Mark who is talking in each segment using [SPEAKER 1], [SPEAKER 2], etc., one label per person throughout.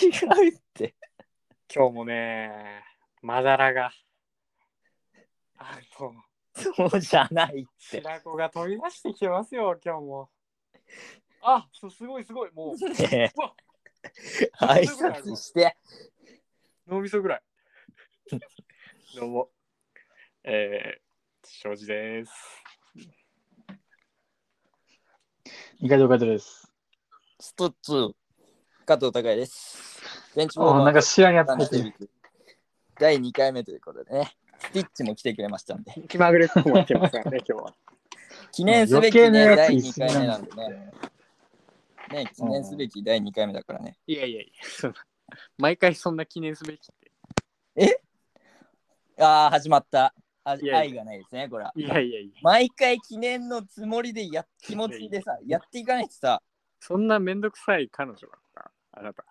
[SPEAKER 1] 違うって。
[SPEAKER 2] 今日もね、まだらが、あの、
[SPEAKER 1] そうじゃないって。
[SPEAKER 2] 白子が飛び出してきてますよ、今日も。あ、そうすごいすごい、もう
[SPEAKER 1] ね
[SPEAKER 2] うわ
[SPEAKER 1] え挨拶して。
[SPEAKER 2] 脳みそぐらい。 どうも。えー、庄司です。
[SPEAKER 3] 二階堂海斗です。
[SPEAKER 1] ストッツ、加藤隆也です。ベンチボ
[SPEAKER 3] あ
[SPEAKER 1] ール
[SPEAKER 3] なんか視野にあった
[SPEAKER 1] 楽しみ第2回目ということでね、スティッチも来てくれましたんで、
[SPEAKER 2] 気まぐれくも来てますから ね、今日は。
[SPEAKER 1] 記念すべき、ね、
[SPEAKER 3] 余計なやつ
[SPEAKER 1] 第
[SPEAKER 3] 言い
[SPEAKER 1] 2
[SPEAKER 3] 過ぎ
[SPEAKER 1] 回目な
[SPEAKER 3] な
[SPEAKER 1] ん
[SPEAKER 3] んで
[SPEAKER 1] ですねね、記念すべき第2回目だからね。
[SPEAKER 2] いやいやいや、そんな毎回そんな記念すべきって。
[SPEAKER 1] ああ、始まった。あ
[SPEAKER 2] いやいや
[SPEAKER 1] 愛がないですね、これは。
[SPEAKER 2] いやいやいや、
[SPEAKER 1] 毎回記念のつもりでや、気持ちでさ、やっていかないとさ、
[SPEAKER 2] そんなめんどくさい彼女だった、あなた。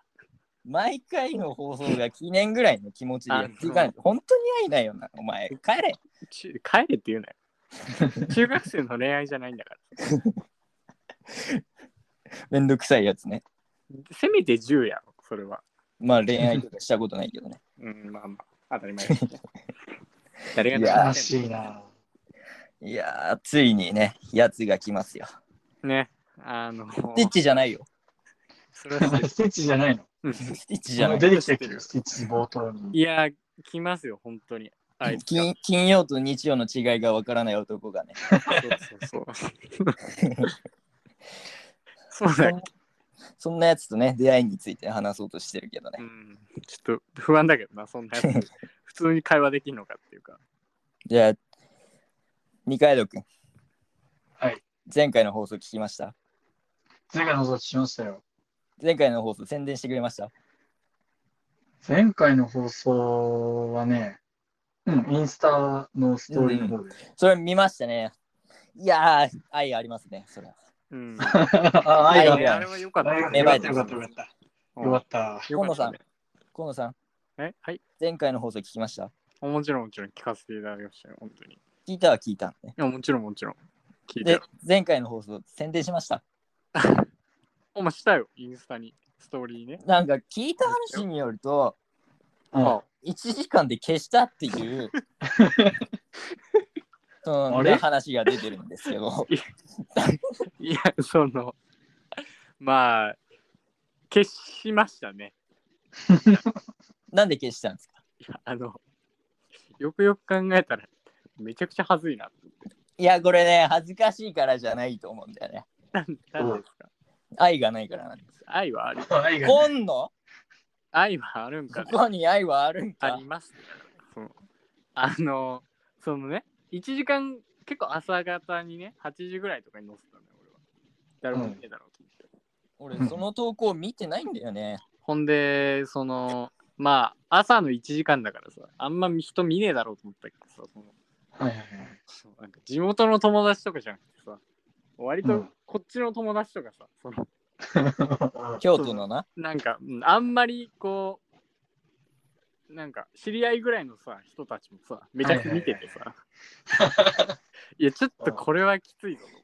[SPEAKER 1] 毎回の放送が記念ぐらいの気持ちでやっていかないと、本当に愛ないよな、お前。帰れ。
[SPEAKER 2] ち帰れって言うな よ。中学生の恋愛じゃないんだから。
[SPEAKER 1] めんどくさいやつね。
[SPEAKER 2] せめて10やろ、それは。
[SPEAKER 1] まあ恋愛とかしたことないけどね。
[SPEAKER 2] うん、まあまあ、当たり前です ね。誰が
[SPEAKER 1] いや
[SPEAKER 3] 悲
[SPEAKER 2] 楽
[SPEAKER 3] しいな。
[SPEAKER 1] いやー、ついにね、やつが来ますよ。
[SPEAKER 2] ね、あの、
[SPEAKER 1] スティッチじゃないよ。
[SPEAKER 2] それはそうです
[SPEAKER 3] スティッチじゃないの
[SPEAKER 2] うん
[SPEAKER 1] スティッチじゃない。
[SPEAKER 3] 出てきてるよ、スティッチ冒頭に。
[SPEAKER 2] いや、来ますよ、本当に。あいつが
[SPEAKER 1] 金金曜と日曜の違いがわからない男がね。
[SPEAKER 2] そうそうそ う。そうだよ、
[SPEAKER 1] そんなやつとね、出会いについて話そうとしてるけど
[SPEAKER 2] う
[SPEAKER 1] ね。
[SPEAKER 2] ん。ちょっと不安だけどな、そんなやつ。普通に会話できるのかっていうか。
[SPEAKER 1] じゃあ、二階堂くん。
[SPEAKER 3] はい。
[SPEAKER 1] 前回の放送聞きました
[SPEAKER 3] 前回の放送しましたよ。
[SPEAKER 1] 前回の放送宣伝してくれました
[SPEAKER 3] 前回の放送はね、うん、インスタのストーリーの方で。
[SPEAKER 1] それ見ましたね。いやー、愛ありますね、それは。
[SPEAKER 2] うん。
[SPEAKER 3] あ、愛が
[SPEAKER 1] 愛が
[SPEAKER 2] あれは良かった。
[SPEAKER 3] 愛が
[SPEAKER 1] 芽
[SPEAKER 3] よ
[SPEAKER 1] 生
[SPEAKER 3] か
[SPEAKER 1] え
[SPEAKER 3] ってた
[SPEAKER 1] る
[SPEAKER 3] よかったよかった。よかった。
[SPEAKER 1] 河野さん
[SPEAKER 2] よかっ、
[SPEAKER 1] 河野さん、
[SPEAKER 2] たねえ、はい。
[SPEAKER 1] 前回の放送聞きました
[SPEAKER 2] もちろんもちろん聞かせていただきましたよ、本当に。い
[SPEAKER 1] 聞いたは聞いたんで。
[SPEAKER 2] や、もちろんもちろん。聞いて
[SPEAKER 1] で。、前回の放送宣伝しました。
[SPEAKER 2] お前したよ、インスタに。ストーリーね。
[SPEAKER 1] なんか聞いた話によると、
[SPEAKER 3] うん
[SPEAKER 1] 1時間で消したっていう その
[SPEAKER 3] あれ
[SPEAKER 1] 話が出てるんですけど、
[SPEAKER 2] いや、その、 まあ、消しましたね。
[SPEAKER 1] なんで消したんですか
[SPEAKER 2] いやあの、よくよく考えたら、めちゃくちゃ恥ずいな。
[SPEAKER 1] いや、これね、恥ずかしいからじゃないと思うんだよね。
[SPEAKER 2] なんなんですか
[SPEAKER 1] 愛がないからなんです。
[SPEAKER 2] 愛はある。
[SPEAKER 3] 愛が
[SPEAKER 1] 今度、
[SPEAKER 2] 愛はあるんか
[SPEAKER 1] こ
[SPEAKER 2] な
[SPEAKER 1] こに愛はあるん
[SPEAKER 2] あ
[SPEAKER 1] か
[SPEAKER 2] り。ます。そのあの、そのね、1時間、結構朝方にね、8時ぐらいとかに載せたんだよ、俺は。誰も見ねえだろうと思って。
[SPEAKER 1] 俺、その投稿見てないんだよね。
[SPEAKER 2] ほんで、その、まあ、朝の1時間だからさ、あんま人見ねえだろうと思ったけどさ、その
[SPEAKER 3] はいはいはい
[SPEAKER 2] そうなんか地元の友達とかじゃなくてさ、割
[SPEAKER 3] う
[SPEAKER 2] と
[SPEAKER 3] ん
[SPEAKER 2] こっちの友達とかさ、その
[SPEAKER 1] 京都のな。
[SPEAKER 2] なんか、うんあんまりこう、なんか、知り合いぐらいのさ、人たちもさ、めちゃくちゃ見ててさ、 いや、ちょっとこれはきついぞと思っ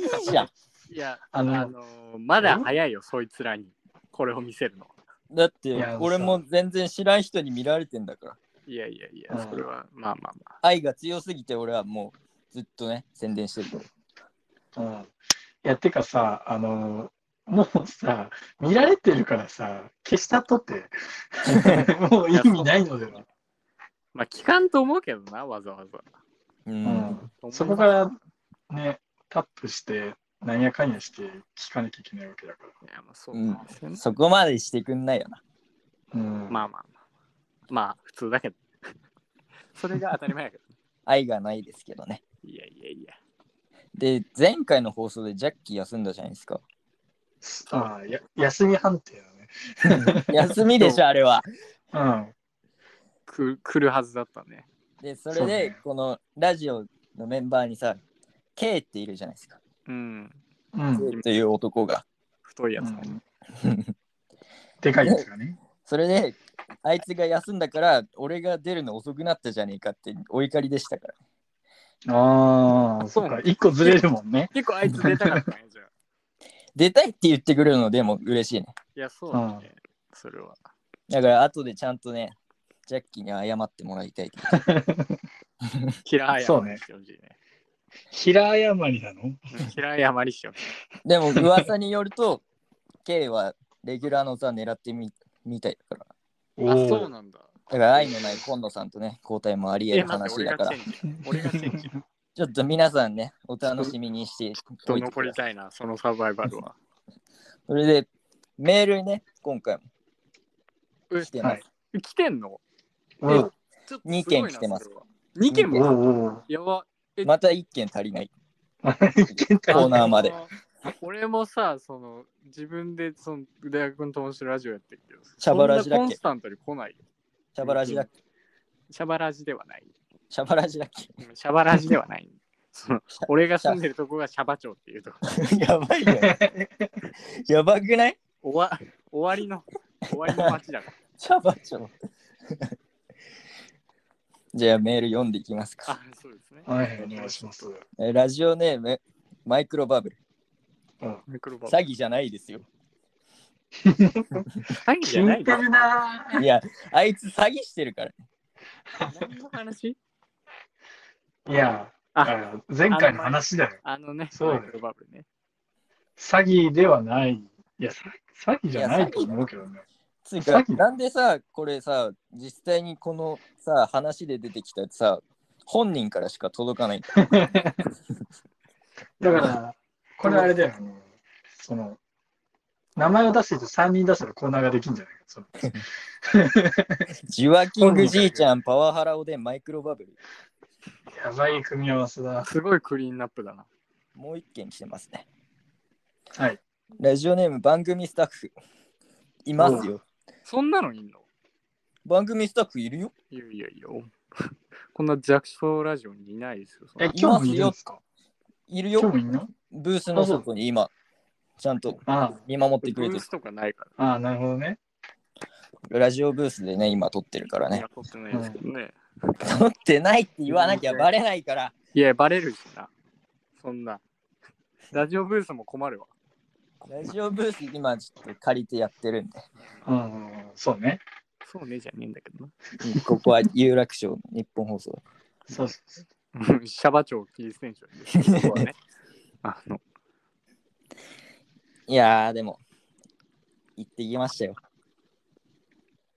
[SPEAKER 1] いいじゃん。
[SPEAKER 2] て。いや、あ
[SPEAKER 3] あ
[SPEAKER 2] の
[SPEAKER 3] の
[SPEAKER 2] ーまだ早いよ、そいつらに、これを見せるの。
[SPEAKER 1] だっ
[SPEAKER 3] い
[SPEAKER 1] て
[SPEAKER 3] や、
[SPEAKER 1] 俺も全然知らん人に見られてんだから。
[SPEAKER 2] いやいやいや
[SPEAKER 3] う、ん
[SPEAKER 2] それは、まあまあまあ。
[SPEAKER 1] 愛が強すぎて、俺はもうずっとね、宣伝してると。
[SPEAKER 3] うんいや、てかさ、あの、もうさ、見られてるからさ、消したとって、もう意味ないのでは。
[SPEAKER 2] まあ、聞かんと思うけどな、わざわざ。
[SPEAKER 1] う。
[SPEAKER 3] うんんそこからね、タップして、なんやかんやして聞かなきゃいけないわけだか
[SPEAKER 2] いや、まあ、そうなんですよね。
[SPEAKER 1] そこまでしてくんないよな。
[SPEAKER 3] ら。うん
[SPEAKER 2] まあまあまあ。まあ、普通だけど。 それが当たり前やけど。
[SPEAKER 1] 愛がないですけどね。
[SPEAKER 2] いやいやいや。
[SPEAKER 1] で、前回の放送でジャッキー休んだじゃないです か。
[SPEAKER 3] ああや休み判定
[SPEAKER 1] 休みでしょ、あれは。
[SPEAKER 3] だね。
[SPEAKER 2] く来るはずだったね。
[SPEAKER 1] で、それ
[SPEAKER 3] そう
[SPEAKER 1] で
[SPEAKER 3] ね、
[SPEAKER 1] このラジオのメンバーにさ、K っているじゃないですか。
[SPEAKER 2] うん。
[SPEAKER 3] うん。うん。
[SPEAKER 1] K という男が。
[SPEAKER 2] 太いやつ
[SPEAKER 3] う
[SPEAKER 2] だね。
[SPEAKER 3] んでかいやつがね。
[SPEAKER 1] それで、あいつが休んだから、俺が出るの遅くなったじゃねえかって、お怒りでしたから。
[SPEAKER 3] ああ、そっか。一個ずれるもんね。
[SPEAKER 2] 結構あいつ出たかったね、じゃあ。
[SPEAKER 1] 出たいって言ってくれるのでも嬉しいね。
[SPEAKER 2] いや、そうだね。それは。
[SPEAKER 1] だから後でちゃんとね、ジャッキーに謝ってもらいたいけど。
[SPEAKER 2] 平
[SPEAKER 3] そう
[SPEAKER 2] 謝
[SPEAKER 3] ね
[SPEAKER 2] りしてほしいね。
[SPEAKER 3] 平謝りなの
[SPEAKER 2] うん平謝りしてほしい。
[SPEAKER 1] でも噂によると、K はレギュラーの座狙ってみみたいだから。
[SPEAKER 2] あ、そう
[SPEAKER 3] の
[SPEAKER 2] なんだ。
[SPEAKER 1] だから愛のない今野さんとね、交代もあり得る話だから
[SPEAKER 2] え。待って俺がチェンジ。俺がチェンジ。
[SPEAKER 1] ち
[SPEAKER 2] ち
[SPEAKER 1] ょっと皆さんね、お楽しみにしてお
[SPEAKER 2] ょっと
[SPEAKER 1] いて
[SPEAKER 2] 残
[SPEAKER 1] く
[SPEAKER 2] り
[SPEAKER 1] ださい。
[SPEAKER 2] たいな、そのサバイバルは。
[SPEAKER 1] それで、メールにね、今回も
[SPEAKER 2] え
[SPEAKER 1] 来てます。
[SPEAKER 3] はい
[SPEAKER 2] 来てんの
[SPEAKER 3] うん
[SPEAKER 2] えちょっとごいな
[SPEAKER 1] 二件来てます。
[SPEAKER 2] 2件
[SPEAKER 3] お
[SPEAKER 2] も
[SPEAKER 3] うおう
[SPEAKER 2] やば。え
[SPEAKER 1] また1件足りない。
[SPEAKER 3] コ
[SPEAKER 1] ーナーまで
[SPEAKER 2] あの。 俺もさ、その自分でその大学の友達とラジオやってるけど、
[SPEAKER 1] シャバラジだっけ
[SPEAKER 2] そんなコンスタントに来ないよ。
[SPEAKER 1] シャバラジだっけ
[SPEAKER 2] シャバラジではない。
[SPEAKER 1] シャバラジだっけ
[SPEAKER 2] シャバラジではない。その俺が住んでるとこがシャバ町っていうとこ。
[SPEAKER 1] やばいよ。 やばくない
[SPEAKER 2] 終わ終わりの終わりの 町だから。
[SPEAKER 1] シャバちょ。じゃあメール読んでいきますか。
[SPEAKER 2] あ、そうですね。
[SPEAKER 3] はい、お願いします。
[SPEAKER 1] えーラジオネーム、マイクロバブル。
[SPEAKER 2] マイクロバブ
[SPEAKER 1] 詐欺じゃないですよ。
[SPEAKER 2] 詐欺じゃ
[SPEAKER 3] 聞
[SPEAKER 2] ないい
[SPEAKER 3] てるない
[SPEAKER 1] や、あいつ詐欺してるから。
[SPEAKER 2] 何の話
[SPEAKER 3] いや、だか
[SPEAKER 2] あ、
[SPEAKER 3] ら前回の話だよ。
[SPEAKER 2] あのね、
[SPEAKER 3] そう
[SPEAKER 2] マ
[SPEAKER 3] だ
[SPEAKER 2] イ
[SPEAKER 3] よ
[SPEAKER 2] クロバブルね。
[SPEAKER 3] 詐欺ではない。いや、詐詐欺じゃないと思うけどね。
[SPEAKER 1] つうか
[SPEAKER 3] 詐、欺
[SPEAKER 1] なんでさ、これさ、実際にこのさ、話で出てきたさ、本人からしか届かない。
[SPEAKER 3] だから、これあれだよ。あのその、名前を出してると3人出したらコーナーができるんじゃないか。その
[SPEAKER 1] ジュワキングじいちゃん、パワハラおでん、マイクロバブル。
[SPEAKER 3] やばい組み合わせだ。
[SPEAKER 2] すごいクリーンナップだな。
[SPEAKER 1] もう一件来てますね。
[SPEAKER 3] はい。
[SPEAKER 1] ラジオネーム、番組スタッフ。いますよ。
[SPEAKER 2] そんなのいんの
[SPEAKER 1] 番組スタッフいるよ。
[SPEAKER 2] いやいやいや。こんな弱小ラジオにいないですよ。そん
[SPEAKER 3] え
[SPEAKER 2] な、
[SPEAKER 3] 今日もいるんですか
[SPEAKER 1] いる
[SPEAKER 3] 今日
[SPEAKER 1] よ
[SPEAKER 3] も。いんの
[SPEAKER 1] ブースの外に今、ちゃんと
[SPEAKER 3] あ
[SPEAKER 1] 見守ってく
[SPEAKER 2] ブ
[SPEAKER 1] れて
[SPEAKER 2] ー
[SPEAKER 1] る
[SPEAKER 2] スとかないか
[SPEAKER 3] あ、ああなるほどね。
[SPEAKER 1] ラジオブースでね、今撮ってるから
[SPEAKER 2] ら、
[SPEAKER 1] ね
[SPEAKER 2] ね。、撮ってないですけどね。
[SPEAKER 1] 撮ってないって言わなきゃバレないから。
[SPEAKER 2] いや、バレるしな。そんな。ラジオブースも困るわ。
[SPEAKER 1] ラジオブース今ちょっと借りてやってるんで、
[SPEAKER 3] うん、そうね。
[SPEAKER 2] そうねじゃねえんだけどな。
[SPEAKER 1] うんここは有楽町日本放送。
[SPEAKER 3] そうそうそう
[SPEAKER 2] うんシャバ町キリステンションです。ここはね。あの、
[SPEAKER 1] いやーでも、行ってきましたよ。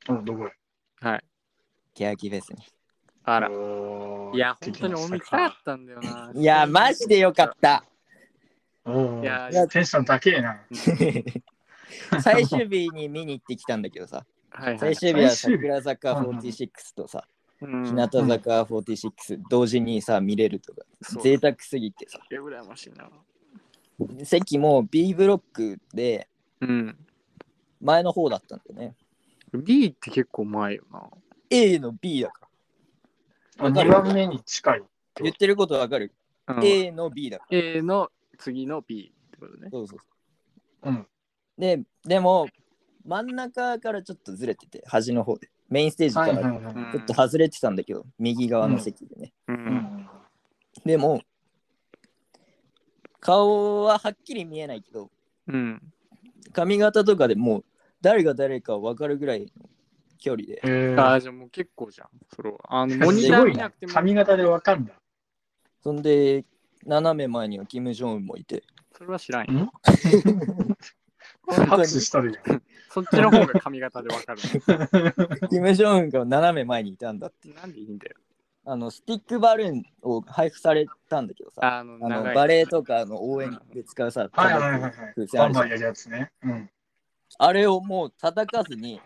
[SPEAKER 3] うん、どこへ
[SPEAKER 2] はい。
[SPEAKER 1] ケヤキフェスに。
[SPEAKER 2] あら。
[SPEAKER 3] おー
[SPEAKER 2] いや、本当にお店かったんだよな。
[SPEAKER 1] いやーマジでよか った。
[SPEAKER 3] お
[SPEAKER 2] いや
[SPEAKER 3] ーテンション高えな。
[SPEAKER 1] 最終日に見に行ってきたんだけど さ、
[SPEAKER 2] はいは
[SPEAKER 1] 最
[SPEAKER 2] い。
[SPEAKER 1] 終日は
[SPEAKER 3] 最終
[SPEAKER 1] 桜
[SPEAKER 3] 日
[SPEAKER 1] 坂46とさ、
[SPEAKER 2] うん
[SPEAKER 1] 日向坂46同時にさ、見れるとか、
[SPEAKER 2] そう
[SPEAKER 1] 贅沢すぎてさ、
[SPEAKER 2] いや、羨ましいな。
[SPEAKER 1] 席も B ブロックで
[SPEAKER 2] うん。
[SPEAKER 1] 前の方だったんだよね。
[SPEAKER 2] B って結構前よな。
[SPEAKER 1] A の B だから。
[SPEAKER 3] あ二番目に近い。
[SPEAKER 1] 言ってることわかる、
[SPEAKER 2] うん
[SPEAKER 1] ?A の B だから。
[SPEAKER 2] A の次の B ってことね。
[SPEAKER 1] そうそうそ
[SPEAKER 3] うん。
[SPEAKER 1] うで、でも、真ん中からちょっとずれてて、端の方で。メインステージか
[SPEAKER 3] はい
[SPEAKER 1] ら
[SPEAKER 3] はい
[SPEAKER 1] ち
[SPEAKER 3] はい。
[SPEAKER 1] ょっと外れてたんだけど、右側の席でね。
[SPEAKER 2] う。
[SPEAKER 3] うんん
[SPEAKER 1] でも、顔ははっきり見えないけど、
[SPEAKER 2] うん。
[SPEAKER 1] 髪型とかでもう誰が誰か分かるぐらいの距離で。
[SPEAKER 3] へー
[SPEAKER 2] ああ、じゃあもう結構じゃん。それは。あの、モニ
[SPEAKER 3] す
[SPEAKER 2] タ
[SPEAKER 3] ご
[SPEAKER 2] ー
[SPEAKER 3] い
[SPEAKER 2] 見な
[SPEAKER 3] な
[SPEAKER 2] くて。も。
[SPEAKER 3] 髪型でわかんだ。
[SPEAKER 1] そんで、斜め前にはキム・ジョンウンもいて。
[SPEAKER 2] それは知らん
[SPEAKER 3] ん
[SPEAKER 2] よ。
[SPEAKER 1] 本当
[SPEAKER 3] 拍
[SPEAKER 1] に
[SPEAKER 3] 手しとるやん。
[SPEAKER 2] そっちの方が髪型で わかる。
[SPEAKER 1] キム・ジョンウンが斜め前にいたんだ。
[SPEAKER 2] なんでいいんだよ。
[SPEAKER 1] あの、スティックバルーンを配布されたんだけどさ、
[SPEAKER 2] あの、
[SPEAKER 1] あの
[SPEAKER 2] 長い。
[SPEAKER 1] バレエとかの応援で使うさ、
[SPEAKER 3] はいはいはいはい
[SPEAKER 1] 叩く。
[SPEAKER 3] バ
[SPEAKER 1] あ
[SPEAKER 3] ン
[SPEAKER 1] るじ
[SPEAKER 3] バ
[SPEAKER 1] ゃ
[SPEAKER 3] ン
[SPEAKER 1] ん
[SPEAKER 3] やるやつね。うん。
[SPEAKER 1] あれをもう叩かずに、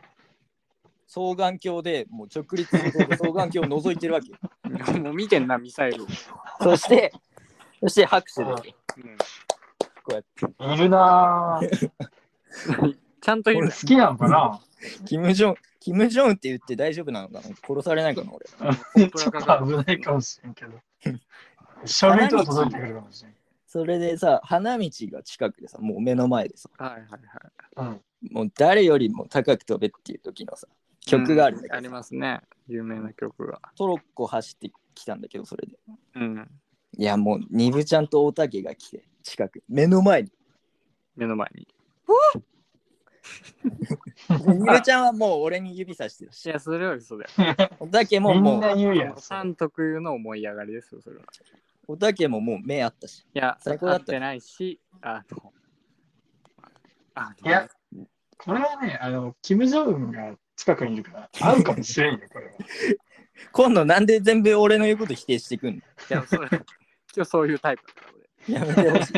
[SPEAKER 1] 双眼鏡でもう直立に双眼鏡を覗いてるわけよ。
[SPEAKER 2] もう見てんな、ミサイルを。
[SPEAKER 1] そして、そして拍手ですよ。
[SPEAKER 2] うん
[SPEAKER 1] こうやって。
[SPEAKER 3] いるなぁ。
[SPEAKER 2] ちゃんと言う
[SPEAKER 3] 俺
[SPEAKER 2] ん
[SPEAKER 3] 好きなのかな
[SPEAKER 1] キム・ジョン、キム・ジョンウンって言って大丈夫なのかな殺されないかな、俺。
[SPEAKER 3] ち
[SPEAKER 2] う
[SPEAKER 3] ょ
[SPEAKER 2] ん
[SPEAKER 3] っと危ないかもしれんけど。書類とか届いてくるかもし
[SPEAKER 1] それでさ、花道が近くでさ、もう目の前でさ、
[SPEAKER 2] はいはいはい。
[SPEAKER 3] れん。うん。
[SPEAKER 1] もう誰よりも高く飛べっていう時のさ、曲があるんだけど
[SPEAKER 2] うん
[SPEAKER 1] さ、
[SPEAKER 2] ありますね。有名な曲が。
[SPEAKER 1] トロッコ走ってきたんだけど、それで。
[SPEAKER 2] うん。
[SPEAKER 1] いや、もう、ニブちゃんと大竹が来て、近く、目の前に。
[SPEAKER 2] 目の前に。
[SPEAKER 1] ゆるちゃんはもう俺に指さしてるし。
[SPEAKER 2] いや、それは嘘だよ。
[SPEAKER 1] おたけも
[SPEAKER 3] み
[SPEAKER 1] も
[SPEAKER 3] ん
[SPEAKER 1] う
[SPEAKER 3] な、言うやん
[SPEAKER 2] お。さん特有の思い上がりですよ、それは。
[SPEAKER 1] おたけももう目あったし。
[SPEAKER 2] いや、
[SPEAKER 1] 最高だっ
[SPEAKER 2] 合った
[SPEAKER 1] よ
[SPEAKER 2] てないし、あの、あ
[SPEAKER 3] いや、これはね、あの、キム・ジョンウンが近くにいるから、合うかもしれんよ、これは。
[SPEAKER 1] 今度なんで全部俺の言うこと否定してくんの
[SPEAKER 2] いやそれ今日そういうタイプだから、俺。
[SPEAKER 1] やめてほしい。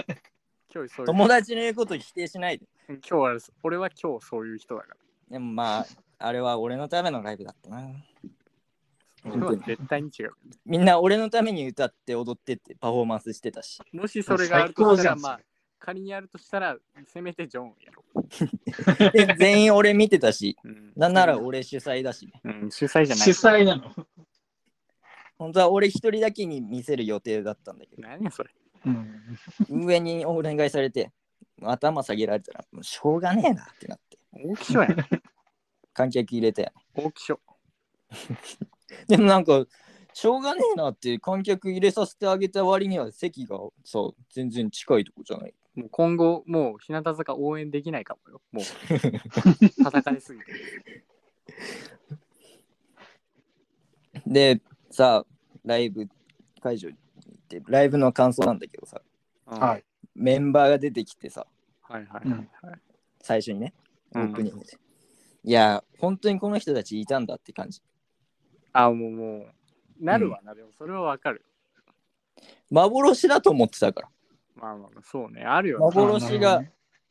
[SPEAKER 2] 今日そうい う
[SPEAKER 1] 友達の言うこと否定しないで。
[SPEAKER 2] 今日は俺は今日そういう人だから。
[SPEAKER 1] でもまあ、あれは俺のためのライブだったな。
[SPEAKER 2] それは絶対に違う。
[SPEAKER 1] みんな俺のために歌って踊ってってパフォーマンスしてたし。
[SPEAKER 2] もしそれがあるとしたら、
[SPEAKER 3] 最高じゃん
[SPEAKER 2] まあ、仮にあるとしたら、せめてジョンをやろ
[SPEAKER 1] で 全員俺見てたし、
[SPEAKER 2] う。うん
[SPEAKER 1] なんなら、俺主催だし、ね、
[SPEAKER 2] うん、主催じゃない
[SPEAKER 3] 主。催なの。
[SPEAKER 1] 本当は俺一人だけに見せる予定だったんだけど、
[SPEAKER 2] 何やそれ。
[SPEAKER 3] うん。
[SPEAKER 1] 上にお願いされて、頭下げられたら、もうしょうがねえなってなって、
[SPEAKER 2] 大木賞やん。
[SPEAKER 1] 観客入れて。
[SPEAKER 2] 大木賞。
[SPEAKER 1] でもなんか、しょうがねえなって観客入れさせてあげた割には席がさ、全然近いとこじゃない。
[SPEAKER 2] もう今後、もう日向坂応援できないかもよ。もう、叩かれすぎて。
[SPEAKER 1] で、さ、ライブ会場に行って、ライブの感想なんだけどさ、
[SPEAKER 2] うん
[SPEAKER 3] はい。
[SPEAKER 1] メンバーが出てきてさ、
[SPEAKER 2] はいは
[SPEAKER 3] う
[SPEAKER 2] いは
[SPEAKER 3] ん
[SPEAKER 2] いはい。
[SPEAKER 1] 最初にね、オ
[SPEAKER 2] うん
[SPEAKER 1] ープニングで。いや、本当にこの人たちいたんだって感じ。
[SPEAKER 2] あ、もうもう、なるわな、でもそれはわかる。
[SPEAKER 1] 幻だと思ってたから。
[SPEAKER 2] まあまあまあ、そうね、あるよ、ね。
[SPEAKER 1] 幻が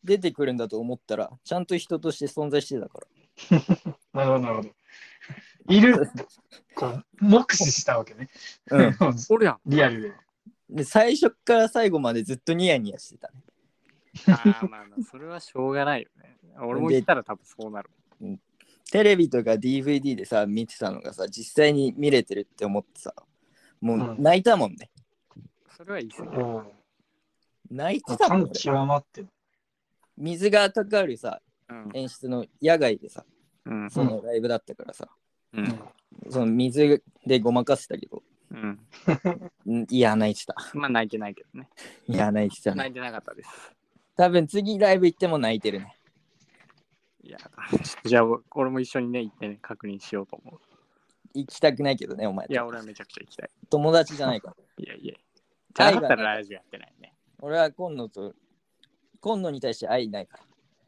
[SPEAKER 1] 出てくるんだと思ったら、ちゃんと人として存在してたから。
[SPEAKER 3] なるほど、なるほど。いる、こう、目視したわけね。
[SPEAKER 1] うん、
[SPEAKER 2] おるやん。
[SPEAKER 3] リアルで。
[SPEAKER 1] で最初から最後までずっとニヤニヤしてた、ね。
[SPEAKER 2] あーまあまあ、それはしょうがないよね。俺も言ったら多分そうなる。
[SPEAKER 1] テレビとか DVD でさ見てたのがさ実際に見れてるって思ってさもう
[SPEAKER 3] うん
[SPEAKER 1] 泣いたもんね、
[SPEAKER 2] それはいいっすね。
[SPEAKER 3] お
[SPEAKER 1] 泣いて
[SPEAKER 3] お。
[SPEAKER 1] たもん
[SPEAKER 3] 感
[SPEAKER 1] 俺
[SPEAKER 3] 極まってる。
[SPEAKER 1] 水がかかるさ
[SPEAKER 2] うん。
[SPEAKER 1] 演出の野外でさ
[SPEAKER 2] うん。
[SPEAKER 1] そのライブだったからさ、
[SPEAKER 2] うん。
[SPEAKER 1] その水でごまかせたけど
[SPEAKER 2] うん。
[SPEAKER 1] んいや泣いてた
[SPEAKER 2] まあ、泣いてないけどね。
[SPEAKER 1] いや泣いてた
[SPEAKER 2] 泣
[SPEAKER 1] ね
[SPEAKER 2] いてなかったです。
[SPEAKER 1] 多分次ライブ行っても泣いてるね
[SPEAKER 2] いや、ちょっとじゃあ、俺も一緒にね、行ってね、確認しようと思
[SPEAKER 1] 行きたくないけどねお前
[SPEAKER 2] う。いや、俺はめちゃくちゃ行きたい。
[SPEAKER 1] 友達じゃないから
[SPEAKER 2] いやいや。じゃあ、だったらラジオやってないね。
[SPEAKER 1] 俺は今野と今野に対して愛ないか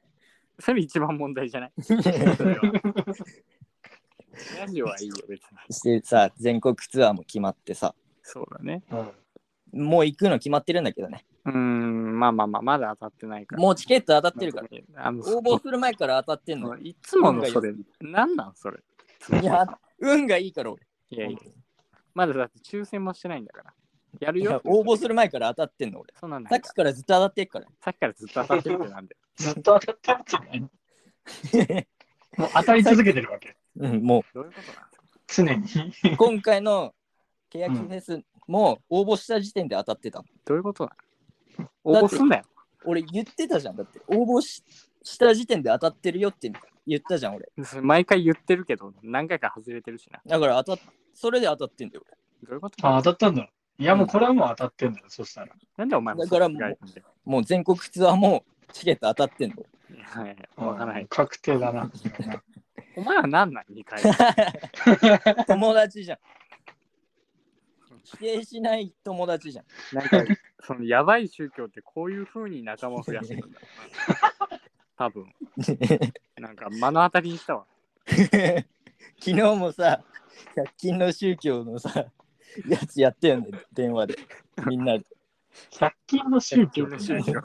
[SPEAKER 2] それ一番問題じ ゃない
[SPEAKER 1] ら
[SPEAKER 2] それはラジオはいいよ、別に。
[SPEAKER 1] してさ全国ツアーも決まってさ
[SPEAKER 2] そうだね。
[SPEAKER 3] うん。
[SPEAKER 1] もう行くの決まってるんだけどね
[SPEAKER 2] うーん、まあまあまあ、まだ当たってないから。
[SPEAKER 1] もうチケット当たってるから
[SPEAKER 2] ら。あの
[SPEAKER 1] 応募する前から当たってんのよ。
[SPEAKER 2] いつものそれ、なんなんそれ。
[SPEAKER 1] いや、運がいいから俺。
[SPEAKER 2] いやいや、まだだって抽選もしてないんだから。やる
[SPEAKER 1] いや
[SPEAKER 2] よ。
[SPEAKER 1] 応募する前から当たってんの俺。
[SPEAKER 2] そうなんだ
[SPEAKER 1] さっ
[SPEAKER 2] よ
[SPEAKER 1] き。からずっと当たってっから。
[SPEAKER 2] さっきからずっと当たってるってなんで。
[SPEAKER 3] ずっと当たってるんじゃないの もう当たり続けてるわけ。
[SPEAKER 1] うん、も
[SPEAKER 2] どういうことなんですか
[SPEAKER 3] 常に。
[SPEAKER 1] う今回の欅フェスも応募した時点で当たってたの。
[SPEAKER 2] どういうことなの応募すんなよ。
[SPEAKER 1] 俺言ってたじゃん。だって応募しした時点で当たってるよって言ったじゃん俺。
[SPEAKER 2] それ毎回言ってるけど、何回か外れてるしな。
[SPEAKER 1] だから当たっそれで当たってんだよ
[SPEAKER 2] どういうことなの
[SPEAKER 3] あ、当たったんだ。いや、もうこれはもう当たってんだよ、そしたら。
[SPEAKER 2] なんでお前も
[SPEAKER 1] だからもう
[SPEAKER 2] そっちがいいんだよ
[SPEAKER 1] 俺。もう全国ツアーもチケット当たってんの俺。
[SPEAKER 2] いやいやいやわからな
[SPEAKER 3] うん
[SPEAKER 2] い。
[SPEAKER 3] 確定だな。
[SPEAKER 2] お前は何なん ?2 回。
[SPEAKER 1] 友達 じゃん。否定しない友達じゃん。
[SPEAKER 2] なんか、そのやばい宗教ってこういう風に仲間を増やして るんだろうな。多分。なんか目の当たりにしたわ。
[SPEAKER 1] 昨日もさ、100均の宗教のさ、やつやってよね、電話で。みんなで。
[SPEAKER 3] 100均の宗教。
[SPEAKER 2] 宗教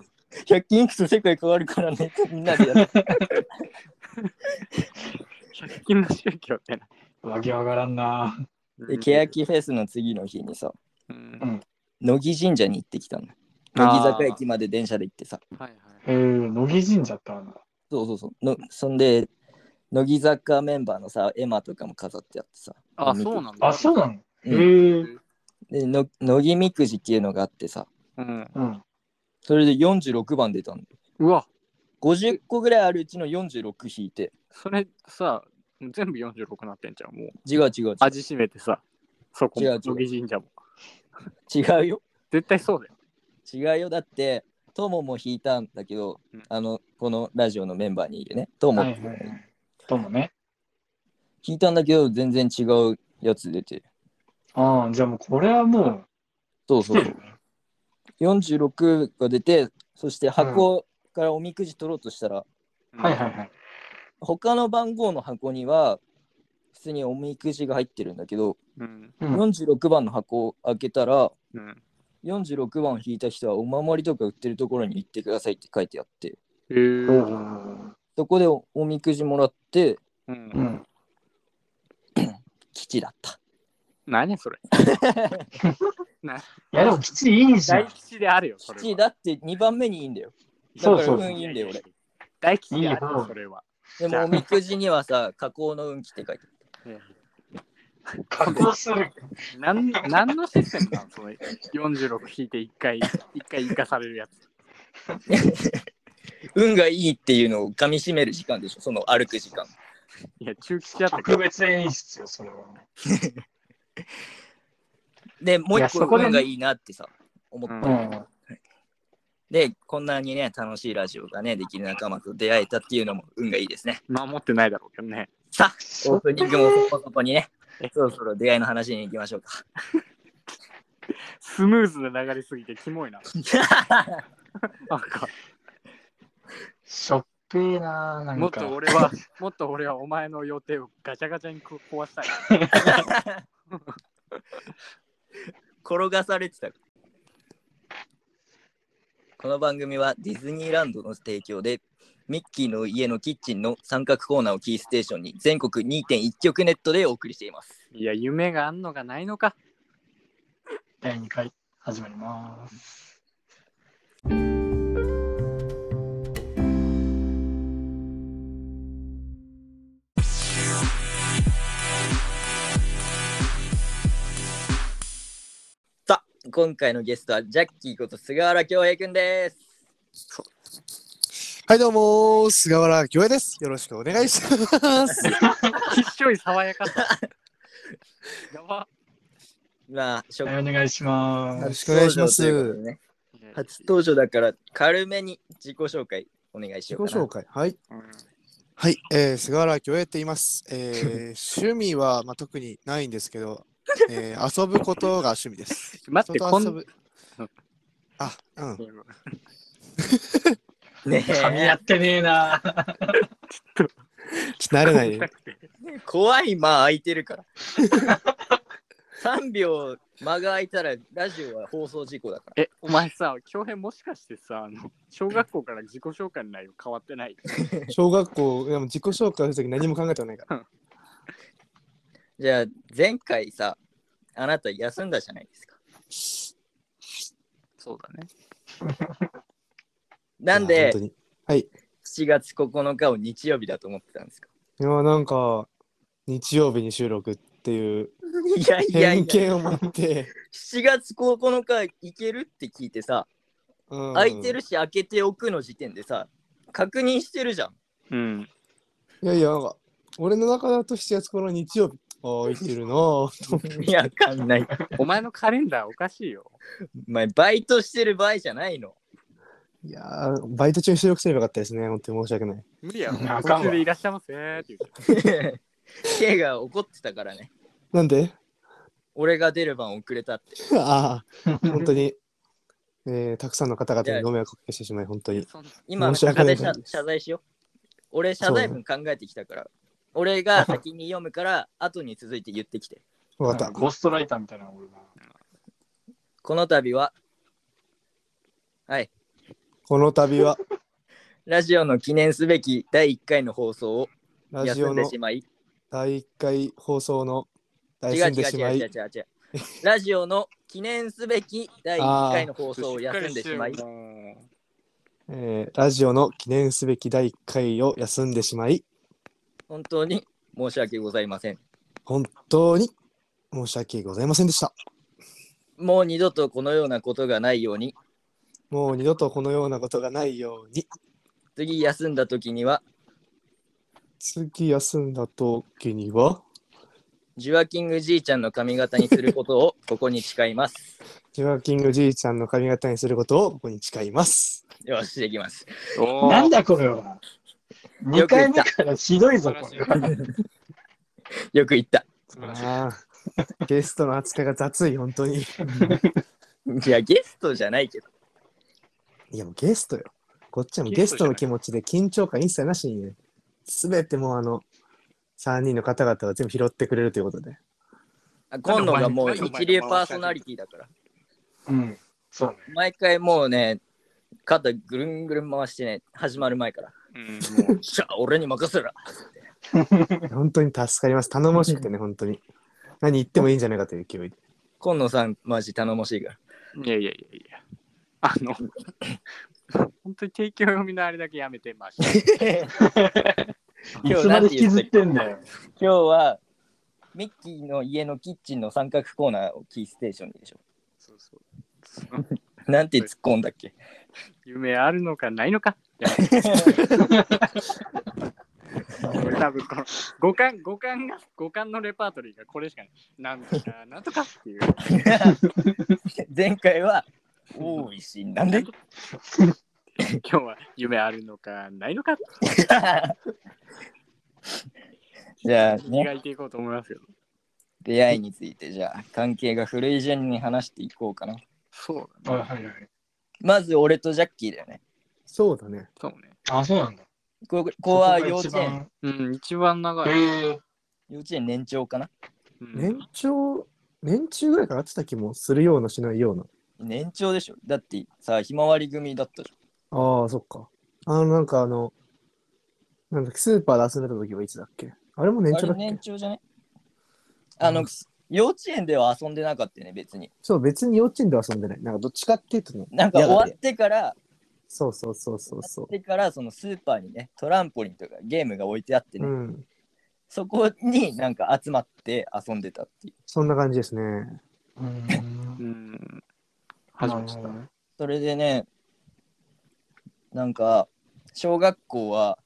[SPEAKER 1] 100均いくと世界変わるからね、みんなでやって。
[SPEAKER 2] 100均の宗教ってな。
[SPEAKER 3] わけわからんな。
[SPEAKER 1] で、欅フェスの次の日にさ、
[SPEAKER 2] うん
[SPEAKER 1] 乃木神社に行ってきたの。乃木坂駅まで電車で行ってさ。
[SPEAKER 2] はいはい。
[SPEAKER 3] えー、乃木神社ったんだ。
[SPEAKER 1] そうそうそう。のそんで、乃木坂メンバーのさ、エマとかも飾ってあってさ。
[SPEAKER 2] あ、
[SPEAKER 1] 見て
[SPEAKER 2] そうなんだ。
[SPEAKER 3] あ、そうなのえ
[SPEAKER 1] うん
[SPEAKER 3] ー、
[SPEAKER 1] で、の乃木みくじっていうのがあってさ、
[SPEAKER 2] うん。
[SPEAKER 3] うん。
[SPEAKER 1] それで46番出たの。
[SPEAKER 2] うわ、
[SPEAKER 1] 50個ぐらいあるうちの46引いて、
[SPEAKER 2] それさ、全部46なってんじゃん。もう
[SPEAKER 1] 違う違う違う。
[SPEAKER 2] 味しめてさ、そこも、
[SPEAKER 1] 違う違う
[SPEAKER 2] 乃木神社も。
[SPEAKER 1] 違うよ。
[SPEAKER 2] 絶対そうだよ。
[SPEAKER 1] 違うよだってトモも弾いたんだけど、
[SPEAKER 2] うん
[SPEAKER 1] あの、このラジオのメンバーにいるね、トモ、
[SPEAKER 3] はいはいはい。ともね。
[SPEAKER 1] 弾いたんだけど、全然違うやつ出て。
[SPEAKER 3] ああ、じゃあもうこれはもう
[SPEAKER 1] そう
[SPEAKER 3] 来
[SPEAKER 1] そう
[SPEAKER 3] て
[SPEAKER 1] そう
[SPEAKER 3] る。。
[SPEAKER 1] 46が出て、そして箱からおみくじ取ろうとしたら、
[SPEAKER 3] はいはいはい。
[SPEAKER 1] 他の番号の箱には、普通におみくじが入ってるんだけど、
[SPEAKER 2] うん。
[SPEAKER 3] うん、
[SPEAKER 1] 46番の箱を開けたら、
[SPEAKER 2] うん。
[SPEAKER 1] 46番を引いた人はお守りとか売ってるところに行ってくださいって書いてあって、
[SPEAKER 2] へ
[SPEAKER 3] う
[SPEAKER 2] ー
[SPEAKER 3] ん
[SPEAKER 1] そこでおおみくじもらって、
[SPEAKER 2] う。
[SPEAKER 3] うんん。
[SPEAKER 1] 吉だった。
[SPEAKER 2] 何それ。
[SPEAKER 3] いやでも基地いいじゃ
[SPEAKER 2] 大
[SPEAKER 3] ん。
[SPEAKER 2] 吉であるよ、それは。
[SPEAKER 1] 吉だって2番目にいいんだよ。
[SPEAKER 3] そうそ
[SPEAKER 1] だから
[SPEAKER 3] うそう
[SPEAKER 1] 運いいんだよ、俺。。
[SPEAKER 2] 大吉である
[SPEAKER 3] いいよ
[SPEAKER 2] よ、それは。
[SPEAKER 1] でもおみくじにはさ、 加工の運気って書いてある。
[SPEAKER 3] 加工する。
[SPEAKER 2] なん何のシステムな のその46引いて1回、一回生かされるやつ。
[SPEAKER 1] 運がいいっていうのを噛み締める時間でしょ、その歩く時間。
[SPEAKER 2] いや、中吉だったから
[SPEAKER 3] 特。別演出よ、それは。
[SPEAKER 1] で、もう一
[SPEAKER 3] いや
[SPEAKER 1] 個
[SPEAKER 3] そこでね
[SPEAKER 1] 運がいいなってさ、思っ
[SPEAKER 2] う
[SPEAKER 1] た。
[SPEAKER 2] ん
[SPEAKER 3] うん。
[SPEAKER 1] で、こんなにね、楽しいラジオがね、できる仲間と出会えたっていうのも運がいいですね。
[SPEAKER 2] 守ってないだろうけどね。
[SPEAKER 1] さあ、オープニングもそこそこにね、そろそろ出会いの話に行きましょうか。
[SPEAKER 2] スムーズな流れすぎてキモいな。なんか、
[SPEAKER 3] しょっぺーなー、な
[SPEAKER 2] も
[SPEAKER 3] ん
[SPEAKER 2] っと
[SPEAKER 3] か。
[SPEAKER 2] 俺は、もっと俺はお前の予定をガチャガチャにこ壊したい。
[SPEAKER 1] 転がされてたこの番組はディズニーランドの提供でミッキーの家のキッチンの三角コーナーをキーステーションに全国2.1局ネットでお送りしています
[SPEAKER 2] いや、夢があんのかないのか。
[SPEAKER 3] 第2回始まります。
[SPEAKER 1] さあ今回のゲストはジャッキーこと菅原恭平くんです
[SPEAKER 4] はい、どうもー、菅原恭平です。よろしくお願いします。
[SPEAKER 2] きっしょい爽やかさ。やば。
[SPEAKER 1] まあ初
[SPEAKER 3] はい、お願いしま
[SPEAKER 4] よろ
[SPEAKER 3] す。
[SPEAKER 4] しくお願いします
[SPEAKER 1] 初登場ということでね初登場だから軽めに自己紹介お願いし
[SPEAKER 4] 自己
[SPEAKER 1] ようかな
[SPEAKER 4] 紹介。はい。
[SPEAKER 2] うん
[SPEAKER 4] はい、えー、菅原恭平って言います。えー、趣味は、まあ、特にないんですけど、えー、遊ぶことが趣味です。
[SPEAKER 2] 待って、
[SPEAKER 4] 人
[SPEAKER 2] ことん
[SPEAKER 4] 遊ぶ。あ、うん。
[SPEAKER 1] ね
[SPEAKER 3] 噛み合ってねえなー。
[SPEAKER 4] ちょっと慣れないで。
[SPEAKER 1] え怖い間空いてるから3秒間が空いたらラジオは放送事故だから
[SPEAKER 2] え、お前さ、恭平もしかしてさ、あの小学校から自己紹介の内容変わってない。
[SPEAKER 4] 小学校、でも自己紹介するとき何も考えてないから。
[SPEAKER 1] じゃあ前回さあなた休んだじゃないですか
[SPEAKER 2] そうだね。
[SPEAKER 1] なん
[SPEAKER 4] い
[SPEAKER 1] で
[SPEAKER 4] や本当に
[SPEAKER 1] 7月9日を日曜日だと思ってたん ですか
[SPEAKER 4] いや、なんか、日曜日に収録っていう
[SPEAKER 1] いやいやい
[SPEAKER 4] 偏
[SPEAKER 1] や
[SPEAKER 4] 見を持って、
[SPEAKER 1] 7月9日行けるって聞いてさ
[SPEAKER 4] うん
[SPEAKER 1] 空いてるし開けておくの時点でさ確認してるじゃん
[SPEAKER 2] うん。
[SPEAKER 4] いやいや、なんか、俺の中だと7月この日曜日、ああ、生きてるなぁ。
[SPEAKER 1] いやわかんない
[SPEAKER 2] お前のカレンダーおかしいよ。
[SPEAKER 1] お前バイトしてる場合じゃないの
[SPEAKER 4] いやー、バイト中に収録すればよかったですね。本当に申し訳ない。
[SPEAKER 2] 無理やろ。
[SPEAKER 3] あかんわ
[SPEAKER 2] 途中でいらっしゃいませーって言う
[SPEAKER 1] K が怒ってたからね
[SPEAKER 4] なんで
[SPEAKER 1] 俺が出る番遅れたって
[SPEAKER 4] ああ、本当に、えー、たくさんの方々にご迷惑をおかけしてしまい、本当に。
[SPEAKER 2] そんな
[SPEAKER 1] 今
[SPEAKER 4] 申し
[SPEAKER 1] 謝
[SPEAKER 4] 訳ない
[SPEAKER 1] 罪謝謝罪しよう。俺謝罪文考えてきたから。俺が先に読むから、後に続いて言ってきて。
[SPEAKER 4] わか
[SPEAKER 3] なん
[SPEAKER 4] っ
[SPEAKER 3] か
[SPEAKER 4] た。
[SPEAKER 3] ゴーストライターみたいなの俺な。
[SPEAKER 1] この度は、はい、
[SPEAKER 4] この度は、
[SPEAKER 1] ラジオの記念すべき第1回の放送を
[SPEAKER 4] ラジ
[SPEAKER 1] 休
[SPEAKER 4] オ
[SPEAKER 1] んで
[SPEAKER 4] の
[SPEAKER 1] しまい、
[SPEAKER 4] 第1回放送の、
[SPEAKER 1] 違う
[SPEAKER 4] 大
[SPEAKER 1] 違う
[SPEAKER 4] 変でしま
[SPEAKER 1] 違う違う違
[SPEAKER 4] い、
[SPEAKER 1] う違う。ラジオの記念すべき第1回の放送 を休んでしまい、
[SPEAKER 2] もう
[SPEAKER 4] えーラジオの記念すべき第1回を休んでしまい、
[SPEAKER 1] 本当に申し訳ございません。
[SPEAKER 4] 本当に申し訳ございませんでした。
[SPEAKER 1] もう二度とこのようなことがないように、
[SPEAKER 4] もう二度とこのようなことがないように、
[SPEAKER 1] 次休んだ時には、
[SPEAKER 4] 次休んだ時には、
[SPEAKER 1] ジュワキングじいちゃんの髪型にすること をここに誓います。
[SPEAKER 4] ジュワキングじいちゃんの髪型にすることをここに誓います。
[SPEAKER 1] よし、できます。
[SPEAKER 5] お
[SPEAKER 3] なん
[SPEAKER 5] ー
[SPEAKER 3] だこれは。2
[SPEAKER 1] よく言
[SPEAKER 3] 回
[SPEAKER 1] っ
[SPEAKER 3] 目
[SPEAKER 1] た
[SPEAKER 3] からひどいぞ、こ
[SPEAKER 5] 素晴
[SPEAKER 3] れ
[SPEAKER 5] ら
[SPEAKER 3] は
[SPEAKER 5] しい
[SPEAKER 1] よく言った。
[SPEAKER 5] 素晴らしい。
[SPEAKER 4] あーゲストの扱いが雑い、本当に。
[SPEAKER 1] いや、ゲストじゃないけど。
[SPEAKER 4] いや、もうゲストよ。こっちはもうゲストの気持ちで緊張感一切なしに、ね、すべてもうあの、3人の方々は全部拾ってくれるということで。
[SPEAKER 1] あ今野がもう一流パーソナリティだから。
[SPEAKER 3] うん。そうね。
[SPEAKER 1] 毎回もうね、肩ぐるんぐるん回してね、始まる前 から。
[SPEAKER 5] うん
[SPEAKER 1] もう、じゃあ俺に任せろ。
[SPEAKER 4] 本当に助かります。頼もしくてね、本当に。何言ってもいいんじゃないかという勢いで。
[SPEAKER 1] 今野さん、マジ頼もしいから。
[SPEAKER 2] いやいやいやいや。あの、 本当に提供読みのあれだけやめてました。
[SPEAKER 3] い
[SPEAKER 1] 今
[SPEAKER 3] つ
[SPEAKER 1] 日
[SPEAKER 3] ま
[SPEAKER 1] なん
[SPEAKER 3] で
[SPEAKER 1] て言
[SPEAKER 3] 引き
[SPEAKER 1] っ
[SPEAKER 3] ず
[SPEAKER 1] た
[SPEAKER 3] っ
[SPEAKER 1] っけ
[SPEAKER 3] てんだよ。
[SPEAKER 1] 今日は、ミッキーの家のキッチンの三角コーナーをキーステーションにでしょ。
[SPEAKER 5] そうそう
[SPEAKER 1] なんて突っ込んだっけ
[SPEAKER 2] 夢あるのかないのかやめて多分この五感五感が五感のレパートリーがこれしかない。なんとかなんとかっていう。
[SPEAKER 1] 前回は、多いし、なんで
[SPEAKER 2] 今日は夢あるのかないのか
[SPEAKER 1] じゃあね
[SPEAKER 2] 磨、いていこうと思いますけど。
[SPEAKER 1] 出会いについて、じゃあ、関係が古い順に話していこうかな。
[SPEAKER 2] そうだ
[SPEAKER 3] はいはいはい。
[SPEAKER 1] まず、俺とジャッキーだよね。
[SPEAKER 4] そうだね。
[SPEAKER 2] そうね。
[SPEAKER 3] あ、そうなんだ。
[SPEAKER 1] こここは幼
[SPEAKER 3] そこ
[SPEAKER 1] 稚
[SPEAKER 3] が
[SPEAKER 1] 園、
[SPEAKER 2] うん、一番長
[SPEAKER 3] 一番。
[SPEAKER 2] い。
[SPEAKER 3] へえ。
[SPEAKER 1] 幼稚園年長かな
[SPEAKER 2] うん
[SPEAKER 4] 年長、年中ぐらいから会ってた気もするようなしないような。
[SPEAKER 1] 年長でしょだってさ、ひまわり組だったじ
[SPEAKER 4] ああ、そっか。あの、なんかあの、なんだっけスーパーで遊んでた時はいつだっけあれも年
[SPEAKER 1] ゃん。あ
[SPEAKER 4] 長だ
[SPEAKER 1] れ
[SPEAKER 4] っけ
[SPEAKER 1] 年長じゃねあの、
[SPEAKER 4] うん
[SPEAKER 1] 幼稚園では遊んでなかったよね、別に。
[SPEAKER 4] そう、別に幼稚園では遊んでない。なんかどっちかっていうとね、
[SPEAKER 1] なんか
[SPEAKER 4] や
[SPEAKER 1] 終
[SPEAKER 4] が
[SPEAKER 1] わ
[SPEAKER 4] て
[SPEAKER 1] ってから、
[SPEAKER 4] そうそうそうそう
[SPEAKER 1] 終
[SPEAKER 4] そ
[SPEAKER 1] わ
[SPEAKER 4] う
[SPEAKER 1] っ。てから、そのスーパーにね、トランポリンとかゲームが置いてあってね、
[SPEAKER 4] うん。
[SPEAKER 1] そこになんか集まって遊んでたっていう。
[SPEAKER 4] そんな感じですね。
[SPEAKER 3] うー。
[SPEAKER 2] うんん。始まったね。
[SPEAKER 1] それでね、なんか、小学校は、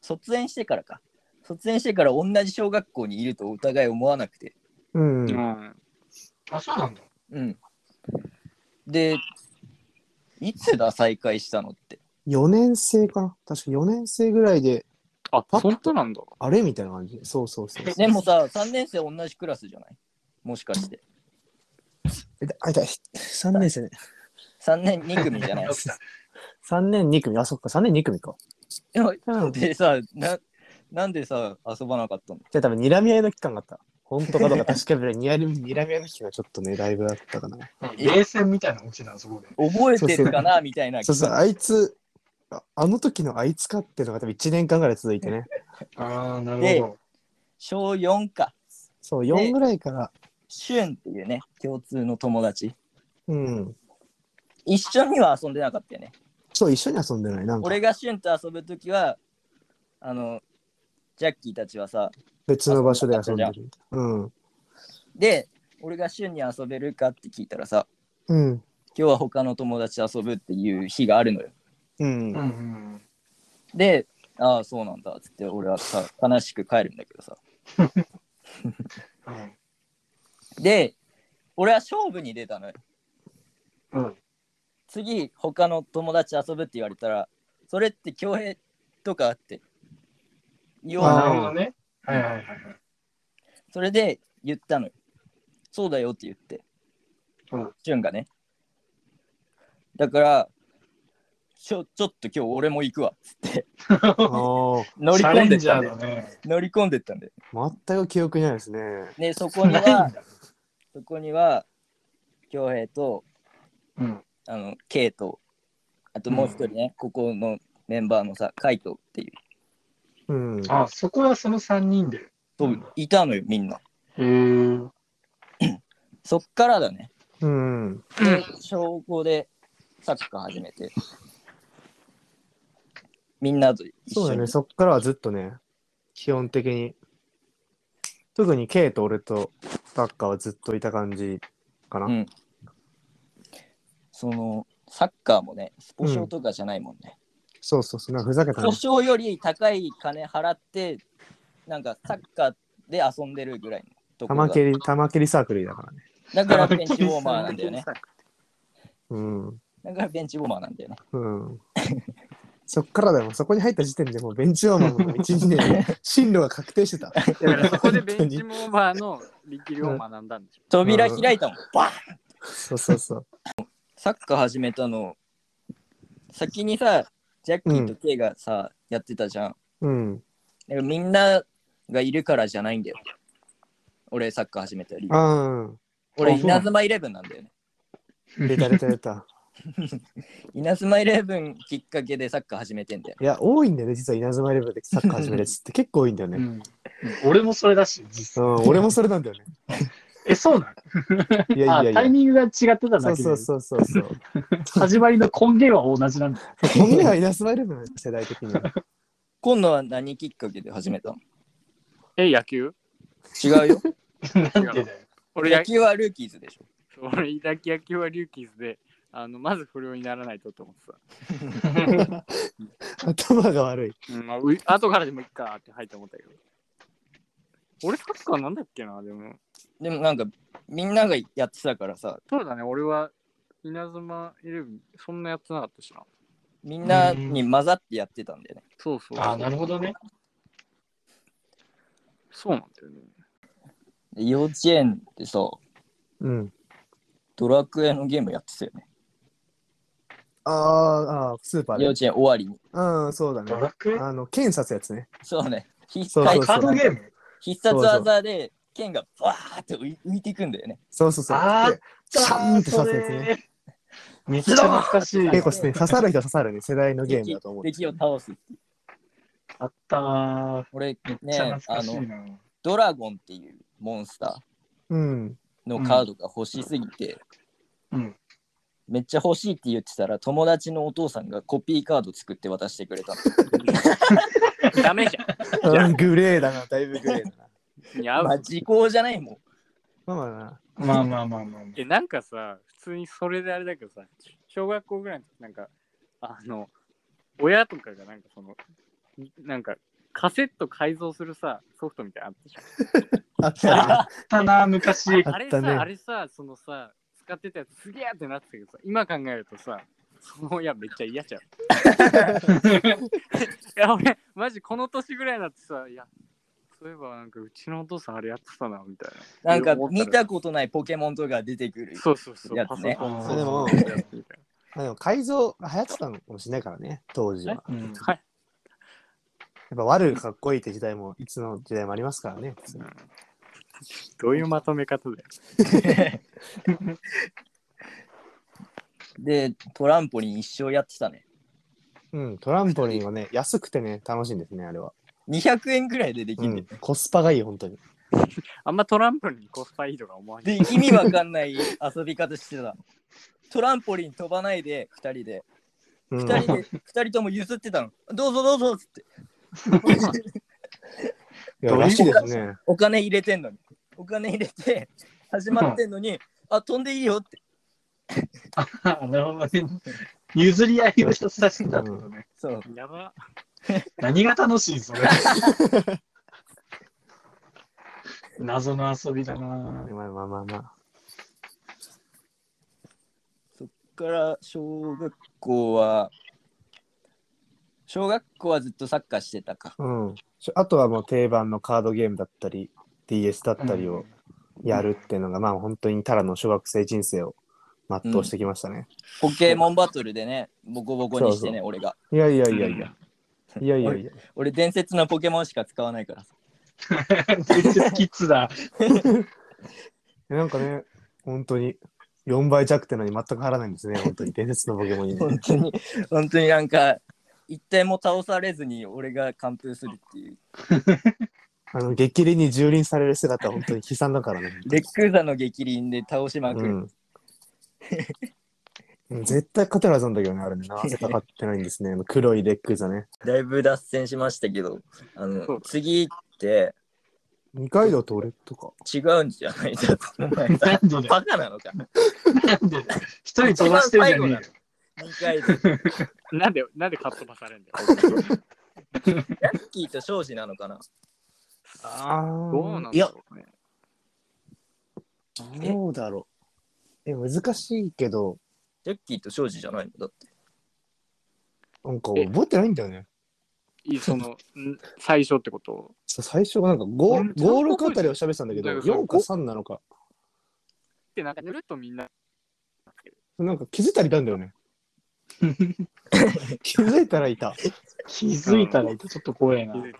[SPEAKER 1] 卒園してからか。卒園してから同じ小学校にいるとお互い思わなくて。
[SPEAKER 4] うん。
[SPEAKER 2] うん。
[SPEAKER 3] あ、そうなんだ。
[SPEAKER 1] うん。で、いつだ再開したのって。
[SPEAKER 4] 4年生かな確か4年生ぐらいで、
[SPEAKER 2] あ、
[SPEAKER 4] パッと
[SPEAKER 2] 本当なんだ。
[SPEAKER 4] あれみたいな感じ。そうそうそうそう。
[SPEAKER 1] でもさ、3年生同じクラスじゃないもしかして。
[SPEAKER 4] えあ、いたい。3年生ね。
[SPEAKER 1] 3年2組じゃない
[SPEAKER 4] 3年2組。あ、そっか、3年2組か。
[SPEAKER 1] でも
[SPEAKER 4] うん。じ
[SPEAKER 1] でさな、なんでさ、遊ばなかったの
[SPEAKER 4] ゃあ多分、睨み合いの期間があった。本当かどうか確かめる。睨み睨み合いの期間がちょっとね、だいぶあったかな。
[SPEAKER 3] 冷戦みたいなオチなんだそこで。
[SPEAKER 1] 覚えてるかなみたいな。
[SPEAKER 4] そうそう、あいつ、ああの時のあいつかっていうのが多分1年間ぐらい続いてね。
[SPEAKER 3] ああ、な
[SPEAKER 1] で
[SPEAKER 3] るほど。
[SPEAKER 1] 小4か。
[SPEAKER 4] そう、4ぐらいから、
[SPEAKER 1] シュンっていうね、共通の友達。
[SPEAKER 4] うん。
[SPEAKER 1] 一緒には遊んでなかったよね。
[SPEAKER 4] そう、一緒に遊んでない。なんか、
[SPEAKER 1] 俺がシュンと遊ぶときは、あの、ジャッキーたちはさ、
[SPEAKER 4] 別の場所で遊んでる。うん。
[SPEAKER 1] で、俺がシュンに遊べるかって聞いたらさ、
[SPEAKER 4] うん。
[SPEAKER 1] 今日は他の友達と遊ぶっていう日があるのよ。
[SPEAKER 4] うん
[SPEAKER 3] うんう。ん
[SPEAKER 1] で、ああ、そうなんだっつって、俺はさ、悲しく帰るんだけどさ。
[SPEAKER 3] うん。
[SPEAKER 1] で、俺は勝負に出たのよ。
[SPEAKER 3] うん。
[SPEAKER 1] 次、他の友達遊ぶって言われたら、それって恭平とかって言おう
[SPEAKER 3] あな
[SPEAKER 1] な。
[SPEAKER 3] るほどね。はいはいはいはい。
[SPEAKER 1] それで言ったのよ。そうだよって言って
[SPEAKER 3] うん。
[SPEAKER 1] 潤がね。だから、ちょ、ちょっと今日俺も行くわっつって、
[SPEAKER 4] ああ、
[SPEAKER 1] 乗り
[SPEAKER 3] チャ
[SPEAKER 1] 込
[SPEAKER 3] レ
[SPEAKER 1] んで
[SPEAKER 3] ン
[SPEAKER 1] っ
[SPEAKER 3] ジャ
[SPEAKER 1] たん
[SPEAKER 3] ー
[SPEAKER 1] だよ
[SPEAKER 3] だ。ね。
[SPEAKER 1] 乗り込んでったんだよ。
[SPEAKER 4] 全く記憶にないですね。
[SPEAKER 1] で、そこ
[SPEAKER 3] ない
[SPEAKER 1] には
[SPEAKER 3] ん、だ
[SPEAKER 1] そこには、恭平と、
[SPEAKER 3] うん。
[SPEAKER 1] あの、ケイと、あともう一人ね、ここのメンバーのさ、カイトっていう、
[SPEAKER 4] うん。
[SPEAKER 3] あ、そこはその三人で。
[SPEAKER 1] そういたのよ、みんな。
[SPEAKER 3] へえ。
[SPEAKER 1] そっからだね。
[SPEAKER 4] うん。
[SPEAKER 1] で、小5でサッカー始めて。みんなと一
[SPEAKER 4] そう
[SPEAKER 1] 緒
[SPEAKER 4] だね、
[SPEAKER 1] に。
[SPEAKER 4] そっからはずっとね、基本的に、特に K と俺とサッカーはずっといた感じかな。
[SPEAKER 1] うんその、サッカーもね、スポ少とかじゃないもんね。
[SPEAKER 4] そうそうそう、なんかふざけた
[SPEAKER 1] スポ
[SPEAKER 4] ね。
[SPEAKER 1] 少より高い金払って、なんかサッカーで遊んでるぐらいのところ
[SPEAKER 4] 玉
[SPEAKER 1] だ
[SPEAKER 4] 蹴り、玉蹴りサークルだからね。
[SPEAKER 1] だからペンチウォーマーなんだよね。
[SPEAKER 4] うん。
[SPEAKER 1] だからベンチウォーマーなんだよね。
[SPEAKER 4] うん。そっからだもん、そこに入った時点でもうベンチオーマーも1、2年、進路が確定してた。
[SPEAKER 2] だからそこでベンチモーバーの力量を学んだんでしょ。
[SPEAKER 1] 扉開いたもん。バーン
[SPEAKER 4] そうそうそう。
[SPEAKER 1] サッカー始めたの、先にさ、ジャッキーとケイがさ、やってたじゃん。
[SPEAKER 4] うん。
[SPEAKER 1] だからみんながいるからじゃないんだよ。俺、サッカー始めた理由。
[SPEAKER 4] ああ、
[SPEAKER 1] 俺、
[SPEAKER 3] あそう
[SPEAKER 1] 稲
[SPEAKER 3] なの
[SPEAKER 1] 妻イレブンなんだよね。
[SPEAKER 4] 出た出た出た。
[SPEAKER 1] 稲妻イレブンきっかけでサッカー始めてんだよ。
[SPEAKER 4] いや、多いんだよね、実は稲妻イレブンでサッカー始めるやつって結構多いんだよ
[SPEAKER 3] う
[SPEAKER 4] ね。
[SPEAKER 3] ん俺もそれだし、実
[SPEAKER 4] う
[SPEAKER 3] 際。
[SPEAKER 4] ん、俺もそれなんだよね。
[SPEAKER 3] え、そうなの
[SPEAKER 4] いやいやい
[SPEAKER 3] あタイ
[SPEAKER 4] や。
[SPEAKER 3] ミングが違ってた
[SPEAKER 4] そ
[SPEAKER 3] だ
[SPEAKER 4] う
[SPEAKER 3] け
[SPEAKER 4] そ
[SPEAKER 3] で
[SPEAKER 4] う、そうそうそう。
[SPEAKER 3] 始まりの根源は同じなんだ。
[SPEAKER 4] みんなが稲妻イレブンの世代的には。
[SPEAKER 1] 今度は何きっかけで始めたの
[SPEAKER 2] え、野球
[SPEAKER 1] 違うよ。
[SPEAKER 3] なんでだよ。
[SPEAKER 2] 俺
[SPEAKER 1] 野
[SPEAKER 2] 野
[SPEAKER 1] 球はルーキーズでしょ。
[SPEAKER 2] 俺、イラキ野球はリューキーズで、あの、まず不良にならないとと思ってさ。
[SPEAKER 4] 頭が悪い。
[SPEAKER 2] うん、まあ、う後からでもいいかって入って思ったけど。俺サッカーなんだっけな、でも。
[SPEAKER 1] でもなんか、みんながやってたからさ、
[SPEAKER 2] そうだね、俺は稲妻イレブン、そんなやってなかったしな。
[SPEAKER 1] みんなに混ざってやってたんだよね。
[SPEAKER 2] そうそう。
[SPEAKER 3] あ、なるほどね。
[SPEAKER 2] そうなんだよね。
[SPEAKER 1] で幼稚園でさ、
[SPEAKER 4] うん。
[SPEAKER 1] ドラクエのゲームやってたよね。
[SPEAKER 4] ああ、ああ、スーパー
[SPEAKER 1] 幼
[SPEAKER 4] で。
[SPEAKER 1] 稚園終わりに。
[SPEAKER 4] うん、そうだね
[SPEAKER 3] ド。ラクエ
[SPEAKER 4] あの、剣刺すやつね。
[SPEAKER 1] そうね。必
[SPEAKER 4] そうそう
[SPEAKER 1] 殺
[SPEAKER 4] そう
[SPEAKER 3] カードゲーム
[SPEAKER 1] 必殺技で剣がバーって浮い浮いていくんだよね。
[SPEAKER 4] そうそうそう。
[SPEAKER 3] あー
[SPEAKER 4] でシャーンって刺すやつね。
[SPEAKER 3] ね。めっちゃ懐かしい。
[SPEAKER 4] 結構ですね、刺さる人は刺さるね、世代のゲームだと思うんです
[SPEAKER 1] 敵
[SPEAKER 4] よ
[SPEAKER 1] を倒す。
[SPEAKER 3] あったー。
[SPEAKER 1] 俺
[SPEAKER 3] めっちゃ
[SPEAKER 1] ね、
[SPEAKER 3] 懐
[SPEAKER 1] あ
[SPEAKER 3] かしい
[SPEAKER 1] の、
[SPEAKER 3] な。
[SPEAKER 1] ドラゴンっていうモンスタ
[SPEAKER 4] うん。
[SPEAKER 1] ーのカードが欲しすぎて、
[SPEAKER 3] うん。
[SPEAKER 1] めっちゃ欲しいって言ってたら、友達のお父さんがコピーカード作って渡してくれたの。
[SPEAKER 2] ダメじゃ
[SPEAKER 4] うんグレーだな、だいぶグレーだな。
[SPEAKER 2] ん。いや、
[SPEAKER 1] まあ、時効じゃないもん。
[SPEAKER 4] まあまあな。
[SPEAKER 3] まあまあまあまあま
[SPEAKER 2] え、なんかさ、普通にそれであれだけどさ、小学校ぐらいの時なんか、あの、親とかがなんかその、なんか、カセット改造するさ、ソフトみたいなのあったじゃん。
[SPEAKER 4] あ った
[SPEAKER 3] あ。
[SPEAKER 4] ね
[SPEAKER 3] あったな、昔。
[SPEAKER 2] あ
[SPEAKER 4] あ
[SPEAKER 2] れ
[SPEAKER 4] った
[SPEAKER 2] さ、
[SPEAKER 4] ね
[SPEAKER 2] あれさ、そのさ、使ってたやつすげえってなってたけどさ、今考えるとさ、その親めっちゃ嫌 じゃん。いや、俺、マジこの年ぐらいになってさ、いや、そういえばなんかうちのお父さんあれやってたな、みたいな。
[SPEAKER 1] なんか
[SPEAKER 2] 思ったら
[SPEAKER 1] 見たことないポケモンとか出て くる。
[SPEAKER 2] そうそうそう、
[SPEAKER 1] やつね
[SPEAKER 2] パソコン
[SPEAKER 4] それでも
[SPEAKER 2] みたいなやつみたい
[SPEAKER 4] まあでも改造が流行ってたのかもしれないからね、当時は。やっ
[SPEAKER 3] うん
[SPEAKER 2] なはい。
[SPEAKER 4] ぱ悪くかっこいいって時代も、いつの時代もありますからね。
[SPEAKER 2] どういうまとめ方だよ。
[SPEAKER 1] で、トランポリン一生やってたね。
[SPEAKER 4] うん、トランポリンはね、安くてね、楽しいんですね、あれは。
[SPEAKER 1] 200円ぐらいででき
[SPEAKER 4] う
[SPEAKER 1] るんだよ
[SPEAKER 4] ん、コスパがいい、本当に。
[SPEAKER 2] あんまトランプにコスパいいとか思わない。
[SPEAKER 1] で、意味わかんない遊び方してたの。トランポリン飛ばないで、2人で。
[SPEAKER 4] うん
[SPEAKER 1] 2人で、二人とも譲ってたの。どうぞどうぞっつって。
[SPEAKER 4] いやらしいですね。
[SPEAKER 1] お金入れてんのに。お金入れて、始まってんのに、あ、飛んでいいよって。
[SPEAKER 3] あなるほどね。譲り合いをひたすらしてたってことね。
[SPEAKER 1] そう。
[SPEAKER 2] やば。
[SPEAKER 3] 何が楽しいそれ。謎の遊びだな。
[SPEAKER 4] まあまあまあまあ。
[SPEAKER 1] から、小学校は、小学校はずっとサッカーしてたか。
[SPEAKER 4] うん。しあとはもう定番のカードゲームだったり、DS だったりをやるっていうのが、まあ本当にただの小学生人生を全うしてきましたね。
[SPEAKER 1] ポケモンバトルでね、ボコボコにしてね、
[SPEAKER 4] そう
[SPEAKER 1] 俺が。
[SPEAKER 4] いやいやいやいや。いやいやいや。
[SPEAKER 1] 俺、伝説のポケモンしか使わないからさ。
[SPEAKER 3] 伝説キッズだ。
[SPEAKER 4] なんかね、本当に4倍弱ってのに全く払わないんですね、本当に伝説のポケモンに、ね
[SPEAKER 1] 本。当に、本当になんか、一体も倒されずに俺が完封するっていう。
[SPEAKER 4] あの激励に蹂躙される姿は本当に悲惨だからね。
[SPEAKER 1] レックーザの激輪で倒しまく
[SPEAKER 4] う
[SPEAKER 1] る。
[SPEAKER 4] ん、絶対勝てるはずなんだけどね、あれね。なぜか勝ってないんですね、あの黒いレッグザね。
[SPEAKER 1] だいぶ脱線しましたけど、あ
[SPEAKER 2] そう
[SPEAKER 1] の
[SPEAKER 2] だ
[SPEAKER 1] 次って
[SPEAKER 4] 二階堂と俺とか。
[SPEAKER 1] 違うんじゃない だとお前さ
[SPEAKER 3] なんでだよ。
[SPEAKER 1] バカなのか。
[SPEAKER 3] なんでだよ。一人飛ばしてるじゃねえよ。
[SPEAKER 1] 二階堂、ヤ
[SPEAKER 2] なんで、なんでカットばされんだよ。
[SPEAKER 1] ッキーと庄司なのかな。
[SPEAKER 4] あ
[SPEAKER 2] どうなんだろう、ね、
[SPEAKER 4] いや、どうだろう。え、難しいけど、
[SPEAKER 1] ジャッキーと庄司じゃないのだって。
[SPEAKER 4] なんか覚えてないんだよね。
[SPEAKER 2] いその、ん最初ってこと
[SPEAKER 4] そう最初はなんか
[SPEAKER 2] 俺も
[SPEAKER 4] 5、
[SPEAKER 2] ちゃんと
[SPEAKER 4] 五6あたりを喋ってたんだけど、
[SPEAKER 2] 覚えてない
[SPEAKER 4] 4か3なのか。
[SPEAKER 2] で、なんか、ぬるっとみんな、
[SPEAKER 4] なんか気づいたらいたんだよね。気づいたらいた。
[SPEAKER 3] 気づいたらいたちょっと怖いな。
[SPEAKER 1] 違うん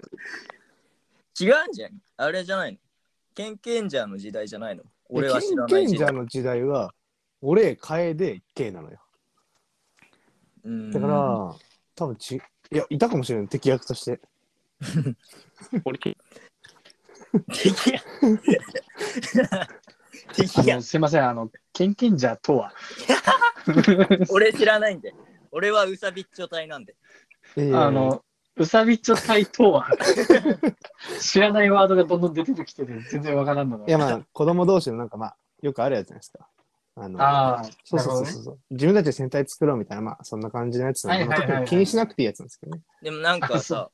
[SPEAKER 1] じゃん。あれじゃないの。ケンケンジャーの時代じゃないの。俺は知らな
[SPEAKER 4] ケ
[SPEAKER 1] い
[SPEAKER 4] ンケン
[SPEAKER 1] 時
[SPEAKER 4] ジャ
[SPEAKER 1] 代
[SPEAKER 4] ー。の時代は、俺、楓、K なのよ。
[SPEAKER 1] うん
[SPEAKER 4] だから、多分ち、いや、いたかもしれない。敵役として。
[SPEAKER 2] 俺、
[SPEAKER 1] 敵や。
[SPEAKER 3] あ
[SPEAKER 1] 敵や
[SPEAKER 3] の。すいません、あの、ケンケンジャーとは。
[SPEAKER 1] 俺知らないんで。俺はウサビッチョ隊なんで。
[SPEAKER 4] え
[SPEAKER 3] あの、うさびっちょ隊とは。知らないワードがどんどん出てきてて、全然わからんの
[SPEAKER 4] い
[SPEAKER 3] だ。
[SPEAKER 4] や、まあ、子供同士のなんか、まあ、よくあるやつじゃないですか。あの
[SPEAKER 3] ああ、
[SPEAKER 4] そうそう
[SPEAKER 3] なる
[SPEAKER 4] そうそう、自分たちで戦隊作ろうみたいな、まあ、そんな感じのやつなんで、
[SPEAKER 3] はいはいはいはい
[SPEAKER 4] まあ特に気にしなくていいやつなんですけどね。
[SPEAKER 1] でもなんかさ、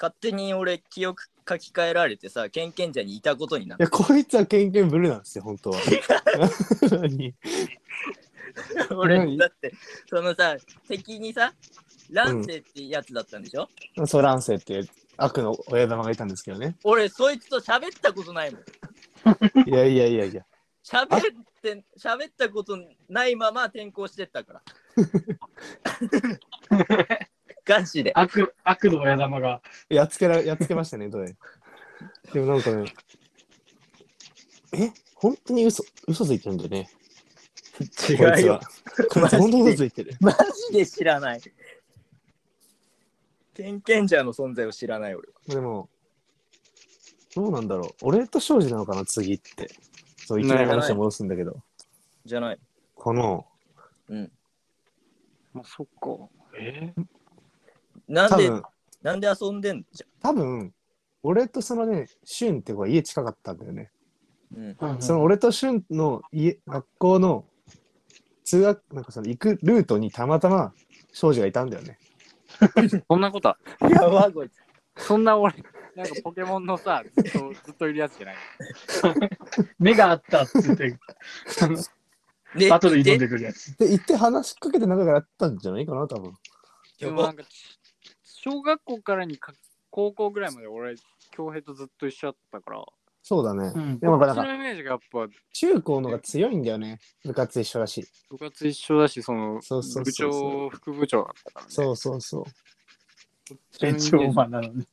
[SPEAKER 1] 勝手に俺記憶書き換えられてさ、ケンケンジャーにいたことになっ
[SPEAKER 4] いや、こいつはケンケンブルーなんですよ、本当は。何
[SPEAKER 1] た。 俺、
[SPEAKER 4] 何
[SPEAKER 1] だって、そのさ、敵にさ、乱世ってやつだったんでしょ、
[SPEAKER 4] ソランセっていう悪の親玉がいたんですけどね。
[SPEAKER 1] 俺、そいつと喋ったことないもん。
[SPEAKER 4] いやいやいやいや。
[SPEAKER 1] 喋って、喋ったことないまま転校してった から。ガチで。
[SPEAKER 3] 悪、悪の親玉が。
[SPEAKER 4] やっつけら、やっつけましたね、どれ。でもなんかね、え本当に嘘、嘘ついてるんだよね。
[SPEAKER 1] 違
[SPEAKER 4] こいつは。。こいつ本当に嘘ついてる。
[SPEAKER 1] マジで知らない。ケンケンジャーの存在を知らない俺は。
[SPEAKER 4] でも、どうなんだろう。俺と庄司なのかな、次って。そう、いきなり話を戻すんだけど。
[SPEAKER 1] じゃない。
[SPEAKER 4] この、
[SPEAKER 2] まあ、そっか。え
[SPEAKER 1] なん
[SPEAKER 4] 多
[SPEAKER 1] で、
[SPEAKER 4] 分、
[SPEAKER 1] なんで遊んでんじ
[SPEAKER 4] 多分、俺とそのね、俊って子は家近かったんだよね。
[SPEAKER 1] ゃん。うん。
[SPEAKER 4] その俺と俊の家、学校の通学、なんかその行くルートにたまたま庄司がいたんだよね。
[SPEAKER 2] そんなことは、
[SPEAKER 1] やばこいつ。
[SPEAKER 2] そんな俺、なんかポケモンのさ、ずっと、ずっといるやつじゃない。
[SPEAKER 3] 目があったっつ って、
[SPEAKER 1] で、
[SPEAKER 3] バトル挑ん
[SPEAKER 1] で
[SPEAKER 3] でくるやつ。
[SPEAKER 4] で、行って話しかけて仲がやったんじゃないかな、多分。
[SPEAKER 2] で
[SPEAKER 1] や
[SPEAKER 2] もな
[SPEAKER 1] ば
[SPEAKER 2] んか、ち小学校からにか高校ぐらいまで俺、京平とずっと一緒だったから、
[SPEAKER 4] そうだね。
[SPEAKER 3] うん
[SPEAKER 4] でもなん
[SPEAKER 2] そ
[SPEAKER 4] か、
[SPEAKER 2] のイメージがやっぱ
[SPEAKER 4] 中高のが強いんだよね。部活一緒だし。
[SPEAKER 2] 部活一緒だし、その、
[SPEAKER 4] そうそう
[SPEAKER 2] 部
[SPEAKER 4] そうそ
[SPEAKER 2] 長、
[SPEAKER 4] う
[SPEAKER 2] 副部長だったから、ね。
[SPEAKER 4] そうそうそう。
[SPEAKER 3] 成長マンなのに。
[SPEAKER 4] だか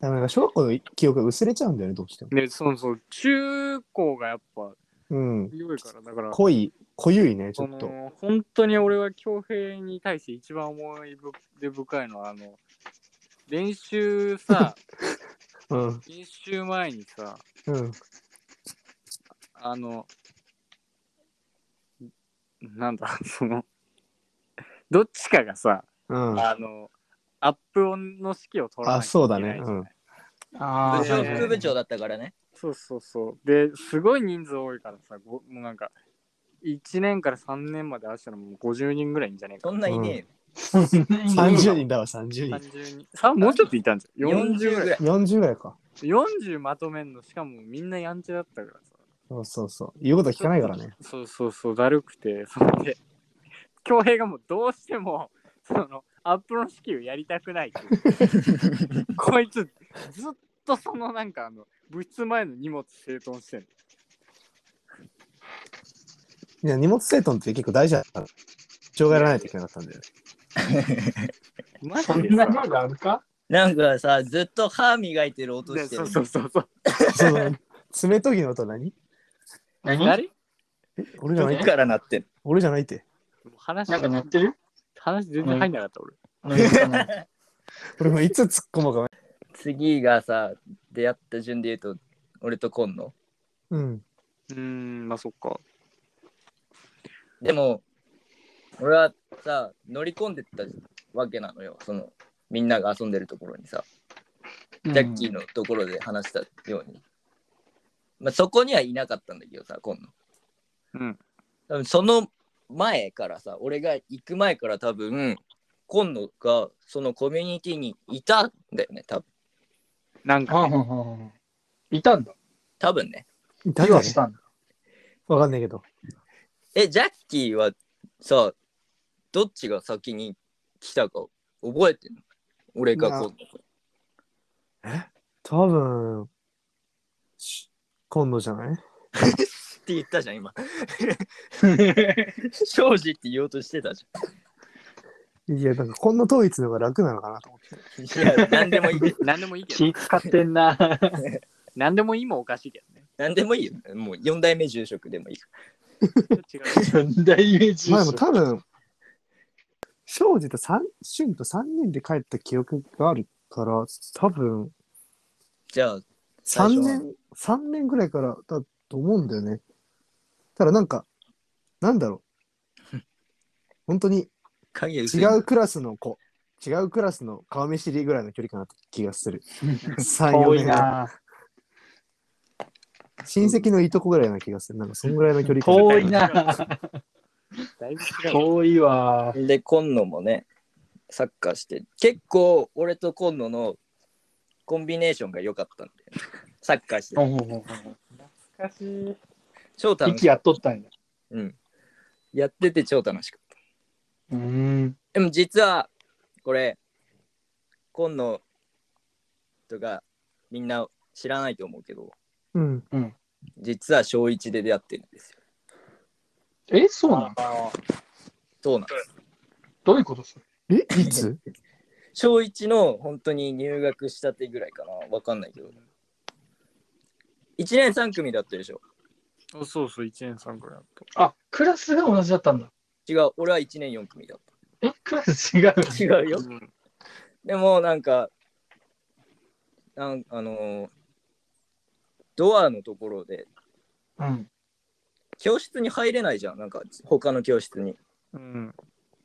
[SPEAKER 4] らなんか小学校の記憶が薄れちゃうんだよね、どうしても。
[SPEAKER 2] ね、そうそう、中高がやっぱ
[SPEAKER 4] うん。
[SPEAKER 2] 強いから、だから、
[SPEAKER 4] 濃い、濃ゆいね、ちょ
[SPEAKER 2] そ
[SPEAKER 4] っと。
[SPEAKER 2] の本当に俺は恭平に対して一番思い出深いのは、あの、練習さ、
[SPEAKER 4] うん。
[SPEAKER 2] 練習前にさ、
[SPEAKER 4] うん。
[SPEAKER 2] あの、なんだ、 その、どっちかがさ、
[SPEAKER 4] うん。
[SPEAKER 2] あの、アップオンの指揮を取らない
[SPEAKER 4] あ、
[SPEAKER 2] と
[SPEAKER 4] そう
[SPEAKER 2] いけ
[SPEAKER 4] だ
[SPEAKER 2] ない
[SPEAKER 4] ね。
[SPEAKER 2] じゃ
[SPEAKER 4] う
[SPEAKER 2] ない
[SPEAKER 4] ん。
[SPEAKER 3] あ
[SPEAKER 1] 部
[SPEAKER 2] ー
[SPEAKER 1] 長
[SPEAKER 2] はいはい
[SPEAKER 1] 副部長だったからね。
[SPEAKER 2] そうそうそう。で、すごい人数多いからさ、ごもうなんか、1年から3年までああしたらもう50人ぐらいいんじゃねえ
[SPEAKER 1] そ
[SPEAKER 2] か。
[SPEAKER 1] んないね
[SPEAKER 4] 30人だわ、30人。
[SPEAKER 2] 30人。さもうちょっといたんじ
[SPEAKER 1] え
[SPEAKER 2] ゃん。
[SPEAKER 1] よ。
[SPEAKER 2] 40
[SPEAKER 1] 40
[SPEAKER 2] ぐら
[SPEAKER 1] ぐ
[SPEAKER 2] い。
[SPEAKER 1] らい。
[SPEAKER 4] 40ぐらいか。
[SPEAKER 2] 40まとめんの、しかもみんなやんちゃだったからさ。
[SPEAKER 4] そうそうそう。言うこと聞かないからね。
[SPEAKER 2] そうそうそう、だるくて、 それで、恭平がもうどうしても、その、アップの式をやりたくないっていう こいつ、ずっとそのなんかあの、部室前の荷物整頓してんの。
[SPEAKER 4] いや、荷物整頓って結構大事だった。障害らないといけなかったん だよね。
[SPEAKER 2] マジ
[SPEAKER 3] そん
[SPEAKER 2] で
[SPEAKER 3] な
[SPEAKER 2] さ
[SPEAKER 3] 量があるか
[SPEAKER 1] なんかさ、ずっと歯磨いてる音
[SPEAKER 2] ね
[SPEAKER 1] して
[SPEAKER 2] そ
[SPEAKER 1] る
[SPEAKER 2] う。そうそうそう。
[SPEAKER 4] その、爪研ぎの音何
[SPEAKER 3] 何
[SPEAKER 2] 誰
[SPEAKER 4] え、俺じゃないっ
[SPEAKER 1] い
[SPEAKER 4] て
[SPEAKER 1] つからなってん
[SPEAKER 4] 俺じゃないって。
[SPEAKER 2] もう話
[SPEAKER 3] なんか鳴 ってる
[SPEAKER 2] 話全然入んなかった、俺。
[SPEAKER 4] 俺もいつ突っ込もうかな。
[SPEAKER 1] 次がさ、出会った順で言うと、俺と今野。
[SPEAKER 4] うん。
[SPEAKER 2] うーん、まあそっか。
[SPEAKER 1] でも、俺はさ、乗り込んでったわけなのよ。その、みんなが遊んでるところにさ、ジャッキーのところで話したように。まあ、そこにはいなかったんだけどさ、今野。
[SPEAKER 2] うん。
[SPEAKER 1] 多分その前からさ、俺が行く前から多分、今野がそのコミュニティにいたんだよね、多分。
[SPEAKER 2] なんか、
[SPEAKER 3] はんはんはんはんいたんだ。
[SPEAKER 1] 多分ね。
[SPEAKER 4] だ
[SPEAKER 3] い
[SPEAKER 4] よ
[SPEAKER 3] は
[SPEAKER 4] ね
[SPEAKER 3] し。たんだ。
[SPEAKER 4] わかんないけど。
[SPEAKER 1] え、ジャッキーはさどっちが先に来たか覚えてんの俺かこ
[SPEAKER 4] 多分、し今度じゃない
[SPEAKER 1] って言ったじゃん今 庄司って言おうとしてたじ
[SPEAKER 4] いや、なんかこんな統一の方が楽なのかなと思って。
[SPEAKER 1] ゃんいや何でもいい です
[SPEAKER 2] 何でもいいけど、
[SPEAKER 3] 気使ってんな。
[SPEAKER 2] 何でもいいもおかしいけどね。
[SPEAKER 1] 何でもいいよもう四代目住職でもいい
[SPEAKER 2] 違う。
[SPEAKER 3] 四代目住
[SPEAKER 4] まあで
[SPEAKER 3] 職。
[SPEAKER 4] も多分、庄司と三、俊と3人で帰った記憶があるから、多分、
[SPEAKER 1] じゃあ最
[SPEAKER 4] 3
[SPEAKER 1] 初は
[SPEAKER 4] 年、三年ぐらいからだと思うんだよね。ただなんか、なんだろ う。本当に
[SPEAKER 1] 影薄い
[SPEAKER 4] 違うクラスの子、違うクラスの顔見知りぐらいの距離かなって気 がする。3、4
[SPEAKER 3] 多い
[SPEAKER 4] 年が
[SPEAKER 3] な。
[SPEAKER 4] 親戚のいとこぐらいな気がする。なんかそんぐらいの距離感
[SPEAKER 3] 遠いな。
[SPEAKER 2] だいぶ違う。
[SPEAKER 3] 遠いわ。
[SPEAKER 1] で、今野もね、サッカーして、結構俺と今野のコンビネーションが良かったんで、サッカー して、
[SPEAKER 2] 懐かしい。
[SPEAKER 1] 超楽し
[SPEAKER 3] 息
[SPEAKER 1] い。
[SPEAKER 3] やっとったんや。
[SPEAKER 1] うん。やってて超楽しかっ
[SPEAKER 3] うん。
[SPEAKER 1] た。でも実は、これ、今野とかみんな知らないと思うけど、
[SPEAKER 4] うん。
[SPEAKER 1] 実は小1で出会ってるんですよ。
[SPEAKER 3] え、そうなの
[SPEAKER 1] そうなんです。
[SPEAKER 3] どういうことそれ
[SPEAKER 4] え、いつ
[SPEAKER 1] 小1の本当に入学したてぐらいかな。わかんないけど。1年3組だったでしょ。
[SPEAKER 2] あそうそう、1年3くらいだった。
[SPEAKER 3] あ、クラスが同じだったんだ。
[SPEAKER 1] 違う、俺は1年4組だっ
[SPEAKER 3] え、クラス違う。
[SPEAKER 1] た。違うよ。
[SPEAKER 2] うん
[SPEAKER 1] でもなんか、なんあのードアのところで、
[SPEAKER 3] うん。
[SPEAKER 1] 教室に入れないじゃん、なんか他の教室に。
[SPEAKER 2] うん。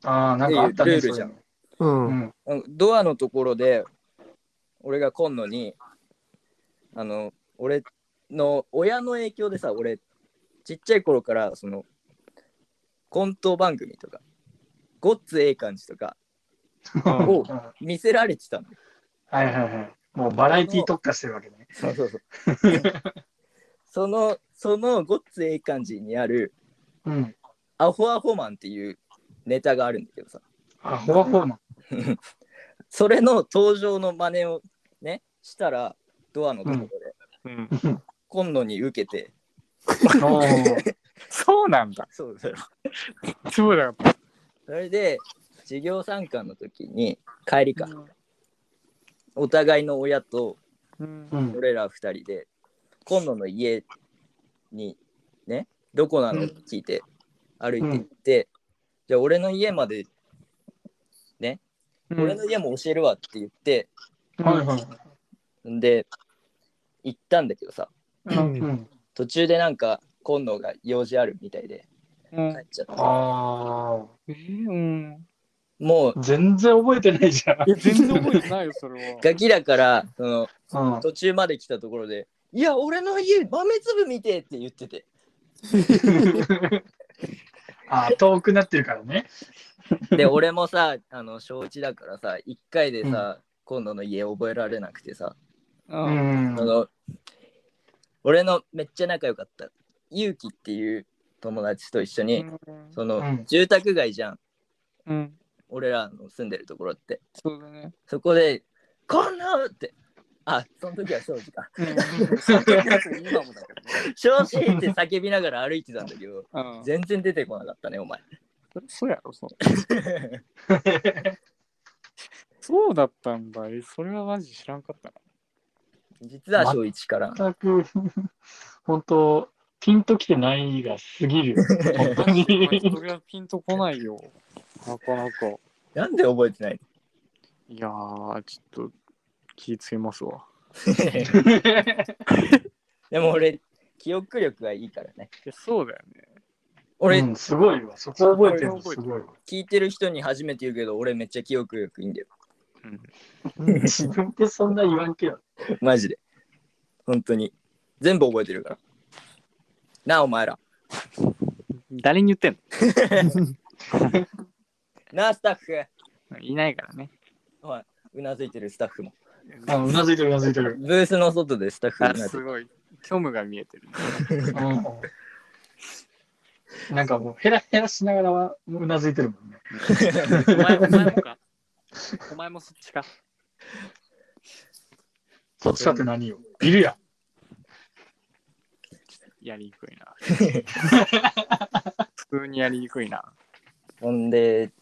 [SPEAKER 3] ああ、なんかあった
[SPEAKER 1] ル
[SPEAKER 3] ね。
[SPEAKER 1] ールじゃん
[SPEAKER 4] う。
[SPEAKER 3] そういうんの。
[SPEAKER 1] な
[SPEAKER 3] うん。
[SPEAKER 1] んかドアのところで、俺が今野に、あの、俺の親の影響でさ、俺、ちっちゃい頃から、その、コント番組とか、ごっつええ感じとか
[SPEAKER 3] うん
[SPEAKER 1] を
[SPEAKER 3] は
[SPEAKER 1] 見せられてたの。
[SPEAKER 3] いはいはい。もうバラエティ特化してるわけね。
[SPEAKER 1] そうそうそう。その、そのごっつええ感じにある、
[SPEAKER 3] うん。
[SPEAKER 1] アホアホマンっていうネタがあるんだけどさ、
[SPEAKER 3] あ、ほわほわマン。
[SPEAKER 1] それの登場の真似をね、したら、ドアのところで、
[SPEAKER 2] うん、
[SPEAKER 1] 今野に受けて、
[SPEAKER 3] おー
[SPEAKER 2] そうなんだ。
[SPEAKER 1] そうだよ。
[SPEAKER 2] そうだよ。
[SPEAKER 1] それで、授業参観の時に、帰りか、お互いの親と
[SPEAKER 2] うん
[SPEAKER 3] う。ん。
[SPEAKER 1] 俺ら二人で、今野の家にね、どこなのって聞いて、歩いて行って、じゃあ俺の家まで、俺の家も教えるわって言って、
[SPEAKER 3] はいはい。
[SPEAKER 1] んで、行ったんだけどさ、
[SPEAKER 4] う。
[SPEAKER 3] うんん。
[SPEAKER 1] 途中でなんか今野が用事あるみたいで
[SPEAKER 2] うん
[SPEAKER 1] 帰っちゃった
[SPEAKER 3] あ
[SPEAKER 2] えーうん。
[SPEAKER 1] もう
[SPEAKER 3] あ、全然覚えてないじゃん。
[SPEAKER 2] え、全然覚えてないよ、それは。
[SPEAKER 1] ガキだからその
[SPEAKER 3] うん。
[SPEAKER 1] 途中まで来たところで「いや俺の家豆粒見て」って言ってて
[SPEAKER 3] あー遠くなってるからね。
[SPEAKER 1] で俺もさあの承知だからさ1回でさ、今野の家覚えられなくてさ、
[SPEAKER 3] う
[SPEAKER 2] うん。
[SPEAKER 3] ん
[SPEAKER 1] あ。の俺のめっちゃ仲良かったゆうきっていう友達と一緒に、その、
[SPEAKER 3] うん
[SPEAKER 1] 住宅街じゃん
[SPEAKER 2] うん。
[SPEAKER 1] 俺らの住んでるところって
[SPEAKER 2] そうだね。
[SPEAKER 1] そこで「こんな!」ってあその時は庄司か
[SPEAKER 2] 今もだけどね。
[SPEAKER 1] 正直って叫びながら歩いてたんだけど、
[SPEAKER 2] うん。
[SPEAKER 1] 全然出てこなかったね、お前。
[SPEAKER 2] そうやろ、そう。 そうだったんだ。え、それはマジ知らんかったな。
[SPEAKER 1] 実は小一 から。
[SPEAKER 3] 全く、本当ピンときてないがすぎるよ。本当に。
[SPEAKER 2] それはピンとこないよ。なかなか。
[SPEAKER 1] なんで覚えてない
[SPEAKER 2] いやー、ちょっと気ぃつけますわ。
[SPEAKER 1] のでも俺、記憶力がいいからね。
[SPEAKER 2] いや、そうだよね。
[SPEAKER 1] 俺、
[SPEAKER 3] うんすごいわ。そこ覚えてるのすごいわ。
[SPEAKER 1] 聞いてる人に初めて言うけど、俺めっちゃ記憶力いいんだよ。
[SPEAKER 3] 自分ってそんな言わんけど。
[SPEAKER 1] マジで。本当に。全部覚えてるから。なあ、お前ら。
[SPEAKER 2] 誰に言ってん
[SPEAKER 1] なあ、スタッフ。
[SPEAKER 2] のいないからね。
[SPEAKER 1] おいうなずいてるスタッフも。
[SPEAKER 3] あうなずいてる、うなずいてる。
[SPEAKER 1] ブースの外でスタッフう
[SPEAKER 2] あ
[SPEAKER 1] なずいて
[SPEAKER 2] す
[SPEAKER 1] る
[SPEAKER 2] ごい。虚無が見えてる。
[SPEAKER 3] うんなんかもうヘラヘラしながらはうなずいてるもんね。
[SPEAKER 2] お前お前も かお前もそっちか
[SPEAKER 3] そっちだって何よ。いるや。
[SPEAKER 2] やりにくい な。普通にやりにくいな。
[SPEAKER 1] ほんで、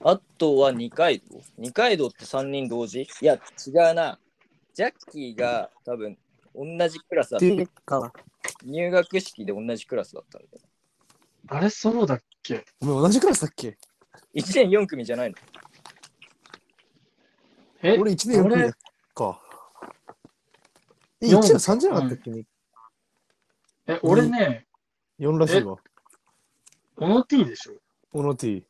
[SPEAKER 1] あとは二階堂。二階堂って3人同時いや、違うな。ジャッキーが多分同じクラスだった。
[SPEAKER 4] ていうか、
[SPEAKER 1] 入学式で同じクラスだったんだよ。
[SPEAKER 3] あれそうだっけ
[SPEAKER 4] お前同じクラスだっけ
[SPEAKER 1] 1年4組じゃないの
[SPEAKER 3] え
[SPEAKER 4] 俺1年4組だっか。え、1
[SPEAKER 3] 四
[SPEAKER 4] 年3じゃなかったっけ、
[SPEAKER 3] え俺ね、
[SPEAKER 4] ?4 らしいわ。
[SPEAKER 3] オノティでしょ。
[SPEAKER 4] オノティ。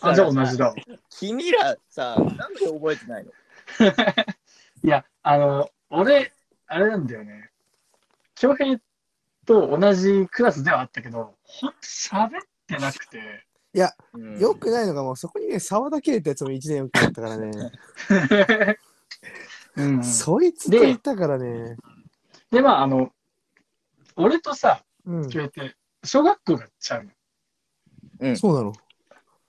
[SPEAKER 3] あ、じゃあ同じだわ。
[SPEAKER 1] 君らさ、なんで覚えてないの
[SPEAKER 3] いや、あの、俺、あれなんだよね。恭平と同じクラスではあったけど、ほんと喋ってなくて。
[SPEAKER 4] よくないのが、もうそこにね、沢田圭ってやつも1年4組だったからね。
[SPEAKER 3] うん
[SPEAKER 4] そいつといたからね。
[SPEAKER 3] で、まあ、あの、俺とさ、
[SPEAKER 4] うん。
[SPEAKER 3] 恭平って、小学校がちゃうの
[SPEAKER 4] そうなの。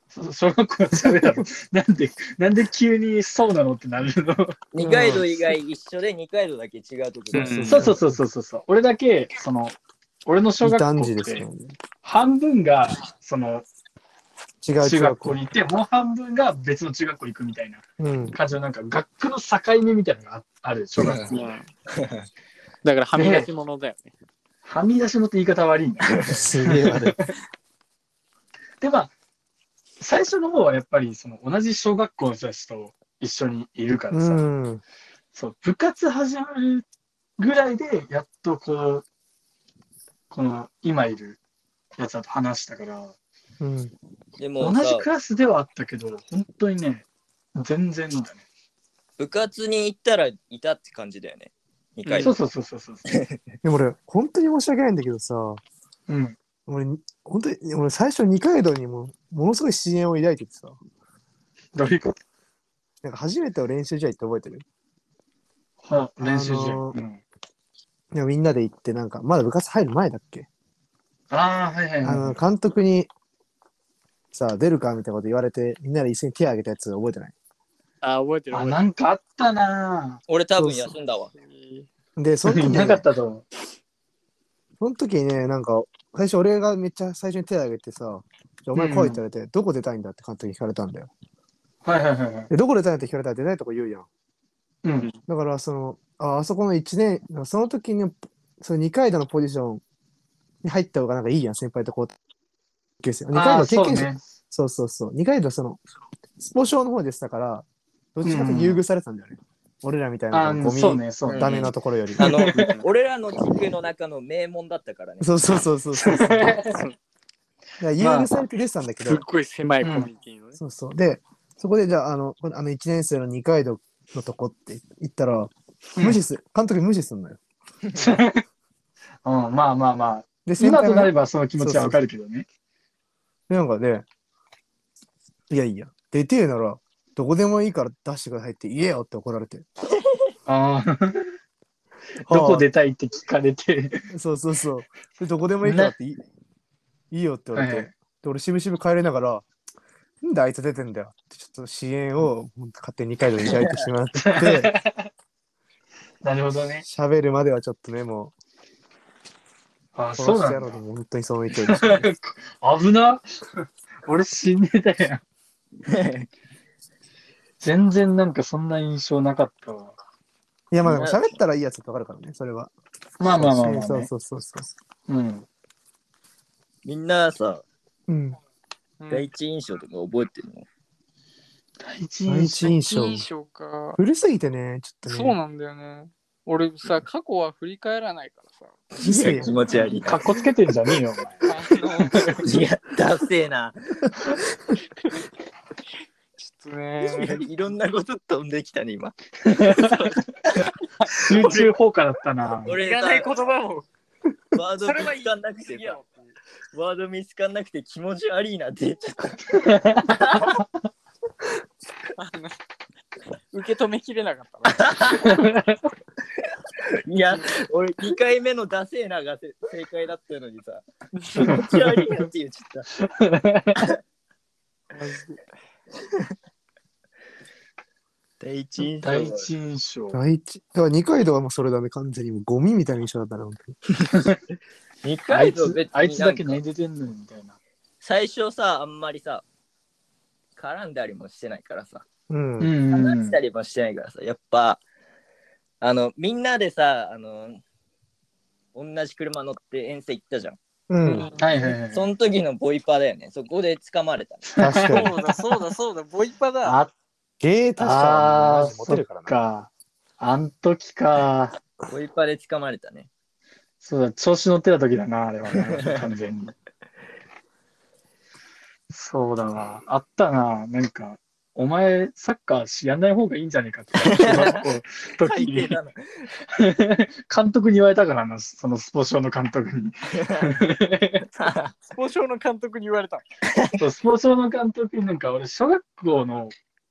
[SPEAKER 3] そ小学校がちゃうやろ。なんで、なんで急にそうなのってなるの。
[SPEAKER 1] 二階堂以外一緒で二階堂だけ違うところ、
[SPEAKER 4] ん
[SPEAKER 3] そうそうそうそうそうそう。俺だけ、その、俺の小
[SPEAKER 4] 異
[SPEAKER 3] 学校
[SPEAKER 4] 端児
[SPEAKER 3] っ
[SPEAKER 4] です
[SPEAKER 3] て
[SPEAKER 4] よ、ね。
[SPEAKER 3] 半分が、その、
[SPEAKER 4] 違う
[SPEAKER 3] 中
[SPEAKER 4] 中
[SPEAKER 3] 学
[SPEAKER 4] 学
[SPEAKER 3] 校
[SPEAKER 4] 校
[SPEAKER 3] に。行って、もう半分が別の中学校行くみたいな
[SPEAKER 4] うん。
[SPEAKER 3] 感じの、なんか学区の境目みたいなのがあある、小学校。
[SPEAKER 2] うんだからはみ出し物だよね。
[SPEAKER 3] はみ出しのって言い方悪いんだけど。
[SPEAKER 4] すげえ悪い。
[SPEAKER 3] で、まあ、最初の方はやっぱり、その、同じ小学校の人たちと一緒にいるから
[SPEAKER 4] う
[SPEAKER 3] さ、
[SPEAKER 4] ん。
[SPEAKER 3] そう、部活始まるぐらいで、やっとこう、この、今いるやつだと話したから、
[SPEAKER 4] うん。
[SPEAKER 1] でも
[SPEAKER 3] 同
[SPEAKER 1] さ
[SPEAKER 3] じクラスではあったけど、本当にね、全然だね。
[SPEAKER 1] 部活に行ったらいたって感じだよね。二階
[SPEAKER 3] そう
[SPEAKER 1] 堂。
[SPEAKER 3] そうそうそうそう。
[SPEAKER 4] でも俺、本当に申し訳ないんだけどさ、
[SPEAKER 3] うん。
[SPEAKER 4] 俺、本当に、俺最初二階堂にも、ものすごい支援を抱いててさ、
[SPEAKER 3] どういうこと
[SPEAKER 4] なんか初めての練習試合って覚えてる
[SPEAKER 3] は練習試合。
[SPEAKER 4] あのー
[SPEAKER 3] うん、
[SPEAKER 4] いやみんなで行って、なんか、まだ部活入る前だっけ、
[SPEAKER 3] ああ、はいはい
[SPEAKER 4] あの、
[SPEAKER 3] は
[SPEAKER 4] 監督に、さあ、出るかみたいなこと言われて、みんなで一斉に手を挙げたやつ覚えてない
[SPEAKER 2] あ、覚えて
[SPEAKER 3] い。
[SPEAKER 2] る
[SPEAKER 3] あ、
[SPEAKER 2] 覚
[SPEAKER 3] なんかあったな
[SPEAKER 1] 俺多分休んだわ。
[SPEAKER 2] えてる。
[SPEAKER 4] で、その時
[SPEAKER 3] ぁ。
[SPEAKER 4] に、
[SPEAKER 3] なかったと思う。
[SPEAKER 4] その時にね、なんか、最初俺がめっちゃ最初に手を挙げてさ、じゃあお前来いって言われて、どこ出たいんだって監督に聞かれたんだよ。
[SPEAKER 3] はいはいはいはい。
[SPEAKER 4] で、どこ出たいんだって聞かれたら出ないとこ言うやん。
[SPEAKER 3] うん。
[SPEAKER 4] だから、その、ああそこの1年、その時の、その2階堂のポジションに入った方がなんかいいやん、先輩とこう、同級生。2階
[SPEAKER 3] あ
[SPEAKER 4] 堂
[SPEAKER 3] あ、そ
[SPEAKER 4] 経
[SPEAKER 3] う
[SPEAKER 4] 験者、
[SPEAKER 3] ね。
[SPEAKER 4] そうそうそう。2階堂その、スポ少の方でしたから、どっちかというと優遇されてたんだよね。俺らみたい
[SPEAKER 3] あ
[SPEAKER 4] な、
[SPEAKER 3] ー
[SPEAKER 4] ゴミ、
[SPEAKER 3] そうね、そう
[SPEAKER 4] ダ
[SPEAKER 3] ね。
[SPEAKER 4] メなところより。
[SPEAKER 1] あの、俺らの地区の中の名門だったからね。
[SPEAKER 4] そうそうそうそう そう。だから優遇されて出てたんだけど、
[SPEAKER 2] すっごい狭いコミュニティのね。
[SPEAKER 4] そうそう。で、そこで、じゃあ、あの、このあの1年生の二階堂のとこって言ったら、無視する、監督無視すんのよ。
[SPEAKER 3] うん、まあまあまあ。
[SPEAKER 4] で、先
[SPEAKER 3] 今
[SPEAKER 4] 輩
[SPEAKER 3] と
[SPEAKER 4] が
[SPEAKER 3] なればその気持ちはわかるけどね。
[SPEAKER 4] で、なんかね、いやいや、出てえなら、どこでもいいから出してくださいって言えよって怒られて。
[SPEAKER 3] ああ、 どこ
[SPEAKER 4] は
[SPEAKER 3] 出たいって聞かれて。
[SPEAKER 4] あそうそうそう。で、どこでもいいからっていい,、いいよって言われて。
[SPEAKER 3] はいはい
[SPEAKER 4] で、俺、しぶしぶ帰れながら、なんであいつ出てんだよって、ちょっと支援をほんと勝手に2回で抱いてしま って、
[SPEAKER 3] なるほどね。
[SPEAKER 4] 喋るまではちょっとね、も
[SPEAKER 3] ああ、
[SPEAKER 4] う、
[SPEAKER 3] そ
[SPEAKER 4] 殺
[SPEAKER 3] う
[SPEAKER 4] し
[SPEAKER 3] な
[SPEAKER 4] てや
[SPEAKER 3] ん
[SPEAKER 4] ろう
[SPEAKER 3] だ
[SPEAKER 4] と。思う、本当にその勢いでした。
[SPEAKER 3] 危な 俺死んでたやん。全然なんかそんな印象なかったわ。
[SPEAKER 4] いや、まあ、でも喋ったらいいやつってわかるからね、それは。
[SPEAKER 3] まあまあまあまあ、ね。
[SPEAKER 4] そうそうそうそう。
[SPEAKER 3] うん。
[SPEAKER 1] みんなさ、
[SPEAKER 4] うん。
[SPEAKER 1] 第一印象とか覚えてるの
[SPEAKER 3] 第一
[SPEAKER 4] 第
[SPEAKER 3] 印
[SPEAKER 4] 一印象。
[SPEAKER 2] 印象か。
[SPEAKER 4] 古すぎてね、ちょっとね。
[SPEAKER 2] そうなんだよね。俺さ、過去は振り返らないからさ。
[SPEAKER 4] 人生
[SPEAKER 1] 気持ち悪い
[SPEAKER 3] 象。かっこつけてんじゃねえよ、お前。
[SPEAKER 2] あのちょっ
[SPEAKER 1] いや、ダセえな。
[SPEAKER 2] とね。
[SPEAKER 1] いろんなこと飛んできたね、今。
[SPEAKER 3] 集中放火だったな。
[SPEAKER 1] 俺
[SPEAKER 2] い
[SPEAKER 1] さ
[SPEAKER 2] らない言葉も、
[SPEAKER 1] ワード
[SPEAKER 2] それは
[SPEAKER 1] 見
[SPEAKER 2] い
[SPEAKER 1] つかんなくて
[SPEAKER 2] いや
[SPEAKER 1] さ、ワード見つかんなくて気持ち悪いなって言っちゃった。
[SPEAKER 2] あの受け止めきれなかったな。
[SPEAKER 1] いや、俺、2回目のダセーながせ正解だったのにさ、気持ち悪いなって言っちゃった。 第一印象は
[SPEAKER 3] 第一印象。
[SPEAKER 4] 第一、だから二階堂はもうそれだね、完全にもうゴミみたいな印象だったな、本当に。
[SPEAKER 1] 二
[SPEAKER 3] あい
[SPEAKER 1] 階堂別に
[SPEAKER 3] つあいつだけ
[SPEAKER 1] なんか
[SPEAKER 3] 何出てんのよみたいな。
[SPEAKER 1] 最初さ、あんまりさ、絡んだりもしてないからさ、
[SPEAKER 4] うん。
[SPEAKER 3] う
[SPEAKER 1] 話
[SPEAKER 3] ん
[SPEAKER 1] した。りもしてないからさ、やっぱ、あの、みんなでさ、あの、同じ車乗って遠征行ったじゃん。
[SPEAKER 4] うん。
[SPEAKER 3] はいはいはい。
[SPEAKER 1] その時のボイパだよね。そこで掴まれた。
[SPEAKER 4] 確かに。
[SPEAKER 2] そうだそうだそうだ、ボイパだ。
[SPEAKER 3] あ
[SPEAKER 4] ゲー確か
[SPEAKER 3] あ
[SPEAKER 4] に
[SPEAKER 3] ー、
[SPEAKER 4] モ
[SPEAKER 3] そ
[SPEAKER 4] テ
[SPEAKER 3] っ
[SPEAKER 4] るからな。
[SPEAKER 3] か。あん時か。
[SPEAKER 1] ボイパで掴まれたね。
[SPEAKER 3] そうだ、調子乗ってた時だな、あれ は、ね、完全に。そうだわ。あったな、なんか、お前、サッカーしやんない方がいいんじゃねえかって、小学校の時
[SPEAKER 1] 最低
[SPEAKER 3] に、
[SPEAKER 1] だな。
[SPEAKER 3] 監督に言われたからな、そのスポ少の監督 に。
[SPEAKER 2] スポ少の監督に言われた。
[SPEAKER 3] そうスポ少の監督になんか、俺、小学校の、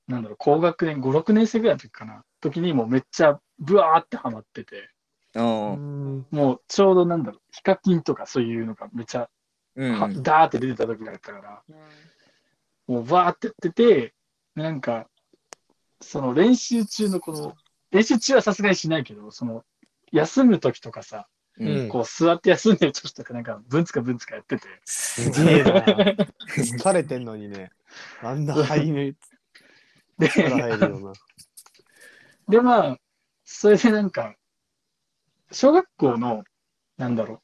[SPEAKER 3] なんだろう、高学年、5、6年生ぐらいの時かな、時にもうめっちゃ、ブワーってハマってて、
[SPEAKER 1] う。
[SPEAKER 4] うんん。
[SPEAKER 3] もうちょうどなんだろう、ヒカキンとかそういうのがめちゃ、
[SPEAKER 1] う
[SPEAKER 3] は
[SPEAKER 1] ん。
[SPEAKER 3] ダーって出てた時だったから、もうバーってやってて、でなんか、その練習中のこの、練習中はさすがにしないけど、その、休む時とかさ、
[SPEAKER 1] うん。
[SPEAKER 3] こう座って休んでる時とかなんか、ぶんつかぶんつかやってて、
[SPEAKER 4] すげえな。疲れてんのにね。あんな肺に力
[SPEAKER 3] で、
[SPEAKER 4] 入るような。
[SPEAKER 3] でまあ、それでなんか、小学校の、なんだろう、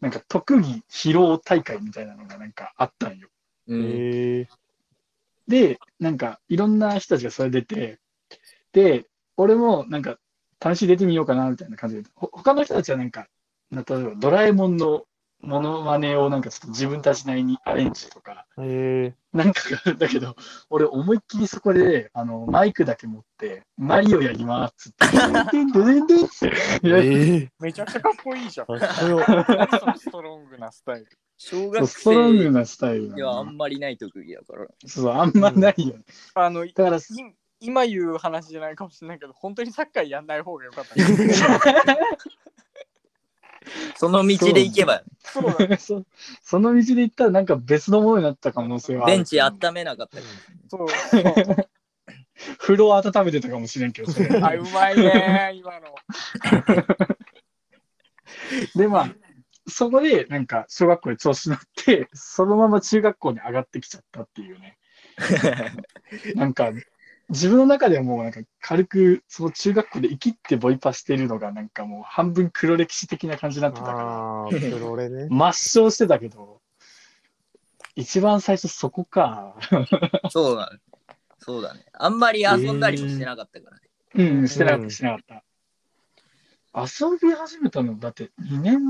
[SPEAKER 3] なんか特技披露大会みたいなのがなんかあったんよ。
[SPEAKER 1] うん。
[SPEAKER 4] へえ。
[SPEAKER 3] で、なんか、いろんな人たちがそれ出て、で、俺も、なんか、試し出てみようかな、みたいな感じで、ほ他の人たちはなんか、な例えば、ドラえもんのモノマネをなんか、ちょっと自分たちなりにアレンジとか、
[SPEAKER 4] へ
[SPEAKER 3] なんかがあるんだけど、俺、思いっきりそこで、あの、マイクだけ持って、マリオやります、って、でんでんでんでんって
[SPEAKER 4] え。
[SPEAKER 3] やる、
[SPEAKER 4] へえ。
[SPEAKER 2] めちゃくちゃかっこいいじゃ ん。
[SPEAKER 4] かっこよ。
[SPEAKER 2] 何そのストロングなスタイル。
[SPEAKER 1] 小
[SPEAKER 3] そう
[SPEAKER 1] 学
[SPEAKER 3] ストロング
[SPEAKER 1] 生
[SPEAKER 3] なスタイルなん
[SPEAKER 1] で
[SPEAKER 3] だ
[SPEAKER 1] はあんまりない特技だから。
[SPEAKER 3] そう、あんまないよね。
[SPEAKER 2] あの、い
[SPEAKER 3] だから、
[SPEAKER 2] 今言う話じゃないかもしれないけど、本当にサッカーやんない方がよかったね。
[SPEAKER 1] その道で行けば、
[SPEAKER 2] そうだ、
[SPEAKER 3] そその道で行ったら、なんか別のものになった可能性はある
[SPEAKER 1] ベンチ温めなかったり。
[SPEAKER 2] そう。そう
[SPEAKER 3] 風呂温めてたかもしれんけど、そ れ
[SPEAKER 2] あ、うまいね、今の。
[SPEAKER 3] で、まあ、そこで、なんか、小学校で調子乗って、そのまま中学校に上がってきちゃったっていうね。なんか、自分の中ではもう、なんか、軽く、その中学校で生きってボイパしてるのが、なんかもう、半分黒歴史的な感じになってたか
[SPEAKER 4] ああ、プロレね
[SPEAKER 3] ら、。抹消してたけど、一番最初そこか。
[SPEAKER 1] そうだね。そうだね。あんまり遊んだりもしてなかったからね。
[SPEAKER 3] うん、してなかった、してなかった。遊び始めたの、だって2年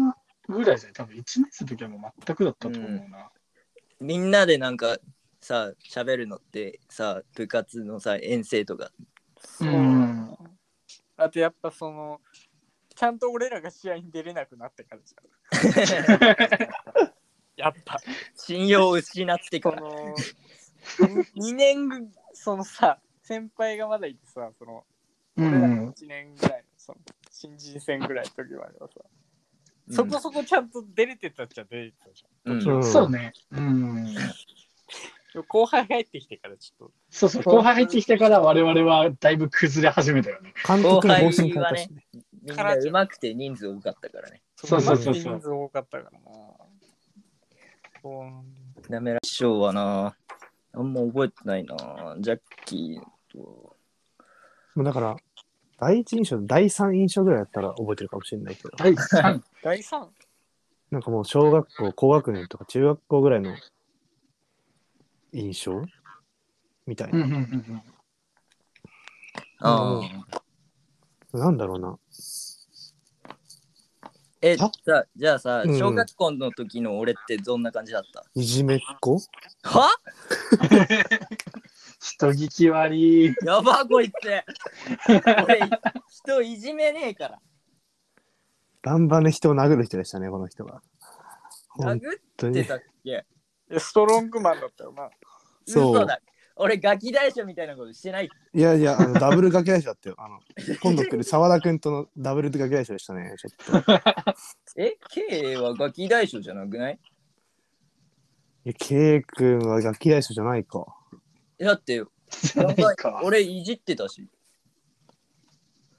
[SPEAKER 3] ぐらいじゃない多分1年生の時はもう全くだったと思うな。
[SPEAKER 1] みんなでなんかさ、喋るのってさ、部活のさ、遠征とか。
[SPEAKER 2] そう。
[SPEAKER 3] うん
[SPEAKER 2] あとやっぱその、ちゃんと俺らが試合に出れなくなってからじゃん。やっぱ、
[SPEAKER 1] 信用を失ってか
[SPEAKER 2] こ
[SPEAKER 1] ら。
[SPEAKER 2] の、2年 ぐ、そのさ、先輩がまだいてさ、その、
[SPEAKER 3] うん
[SPEAKER 2] 俺らの1年ぐらいの、その、新人戦ぐらいの時まではさ、
[SPEAKER 1] うん
[SPEAKER 2] そこそこちゃんと出れてたっちゃ出れてたじゃん。
[SPEAKER 1] うん
[SPEAKER 4] うん
[SPEAKER 3] そうね。うん。
[SPEAKER 2] でも後輩入ってきてからちょっと、
[SPEAKER 3] そうそう。後輩入ってきてから我々はだいぶ崩れ始めたよね。
[SPEAKER 4] 監督の方針変わったしね。
[SPEAKER 1] みんな上手くて人数多かったからね。
[SPEAKER 3] そうそうそうそ
[SPEAKER 2] マ
[SPEAKER 3] う
[SPEAKER 2] ジで人数多かったからな。そうなんだよ
[SPEAKER 1] ダメラ師匠はな、あんま覚えてないな。ジャッキーと。
[SPEAKER 4] もうだから、第一印象、第三印象ぐらいだったら覚えてるかもしれないけど。
[SPEAKER 3] 第3。
[SPEAKER 2] 第3。
[SPEAKER 4] なんかもう小学校、高学年とか中学校ぐらいの印象みたい
[SPEAKER 3] うん
[SPEAKER 4] な。
[SPEAKER 3] うんうんうん。
[SPEAKER 1] ああ。
[SPEAKER 4] なんだろうな。
[SPEAKER 1] え、じゃ
[SPEAKER 4] は
[SPEAKER 1] あじゃあさ、
[SPEAKER 4] うん
[SPEAKER 1] 小学校の時の俺ってどんな感じだった、
[SPEAKER 4] いじめっ子
[SPEAKER 1] は
[SPEAKER 3] 人聞き悪い。
[SPEAKER 1] やばこいつ俺、人いじめねえから。
[SPEAKER 4] バンバンで人を殴る人でしたね、この人が。
[SPEAKER 1] 殴
[SPEAKER 4] 本当
[SPEAKER 1] って
[SPEAKER 4] に。
[SPEAKER 1] たっけ
[SPEAKER 2] えストロングマンだったよな。
[SPEAKER 4] そう
[SPEAKER 1] 嘘だ。俺ガキ大将みたいなことしてない。
[SPEAKER 4] いやいや、あのダブルガキ大将だったよ。あの今度来る澤田君とのダブルガキ大将でしたね。ちょっと
[SPEAKER 1] え ?K はガキ大将じゃなくない
[SPEAKER 4] いや、ケイ君はガキ大将じゃないか。
[SPEAKER 1] だって、
[SPEAKER 3] ないか。
[SPEAKER 1] 俺いじってたし。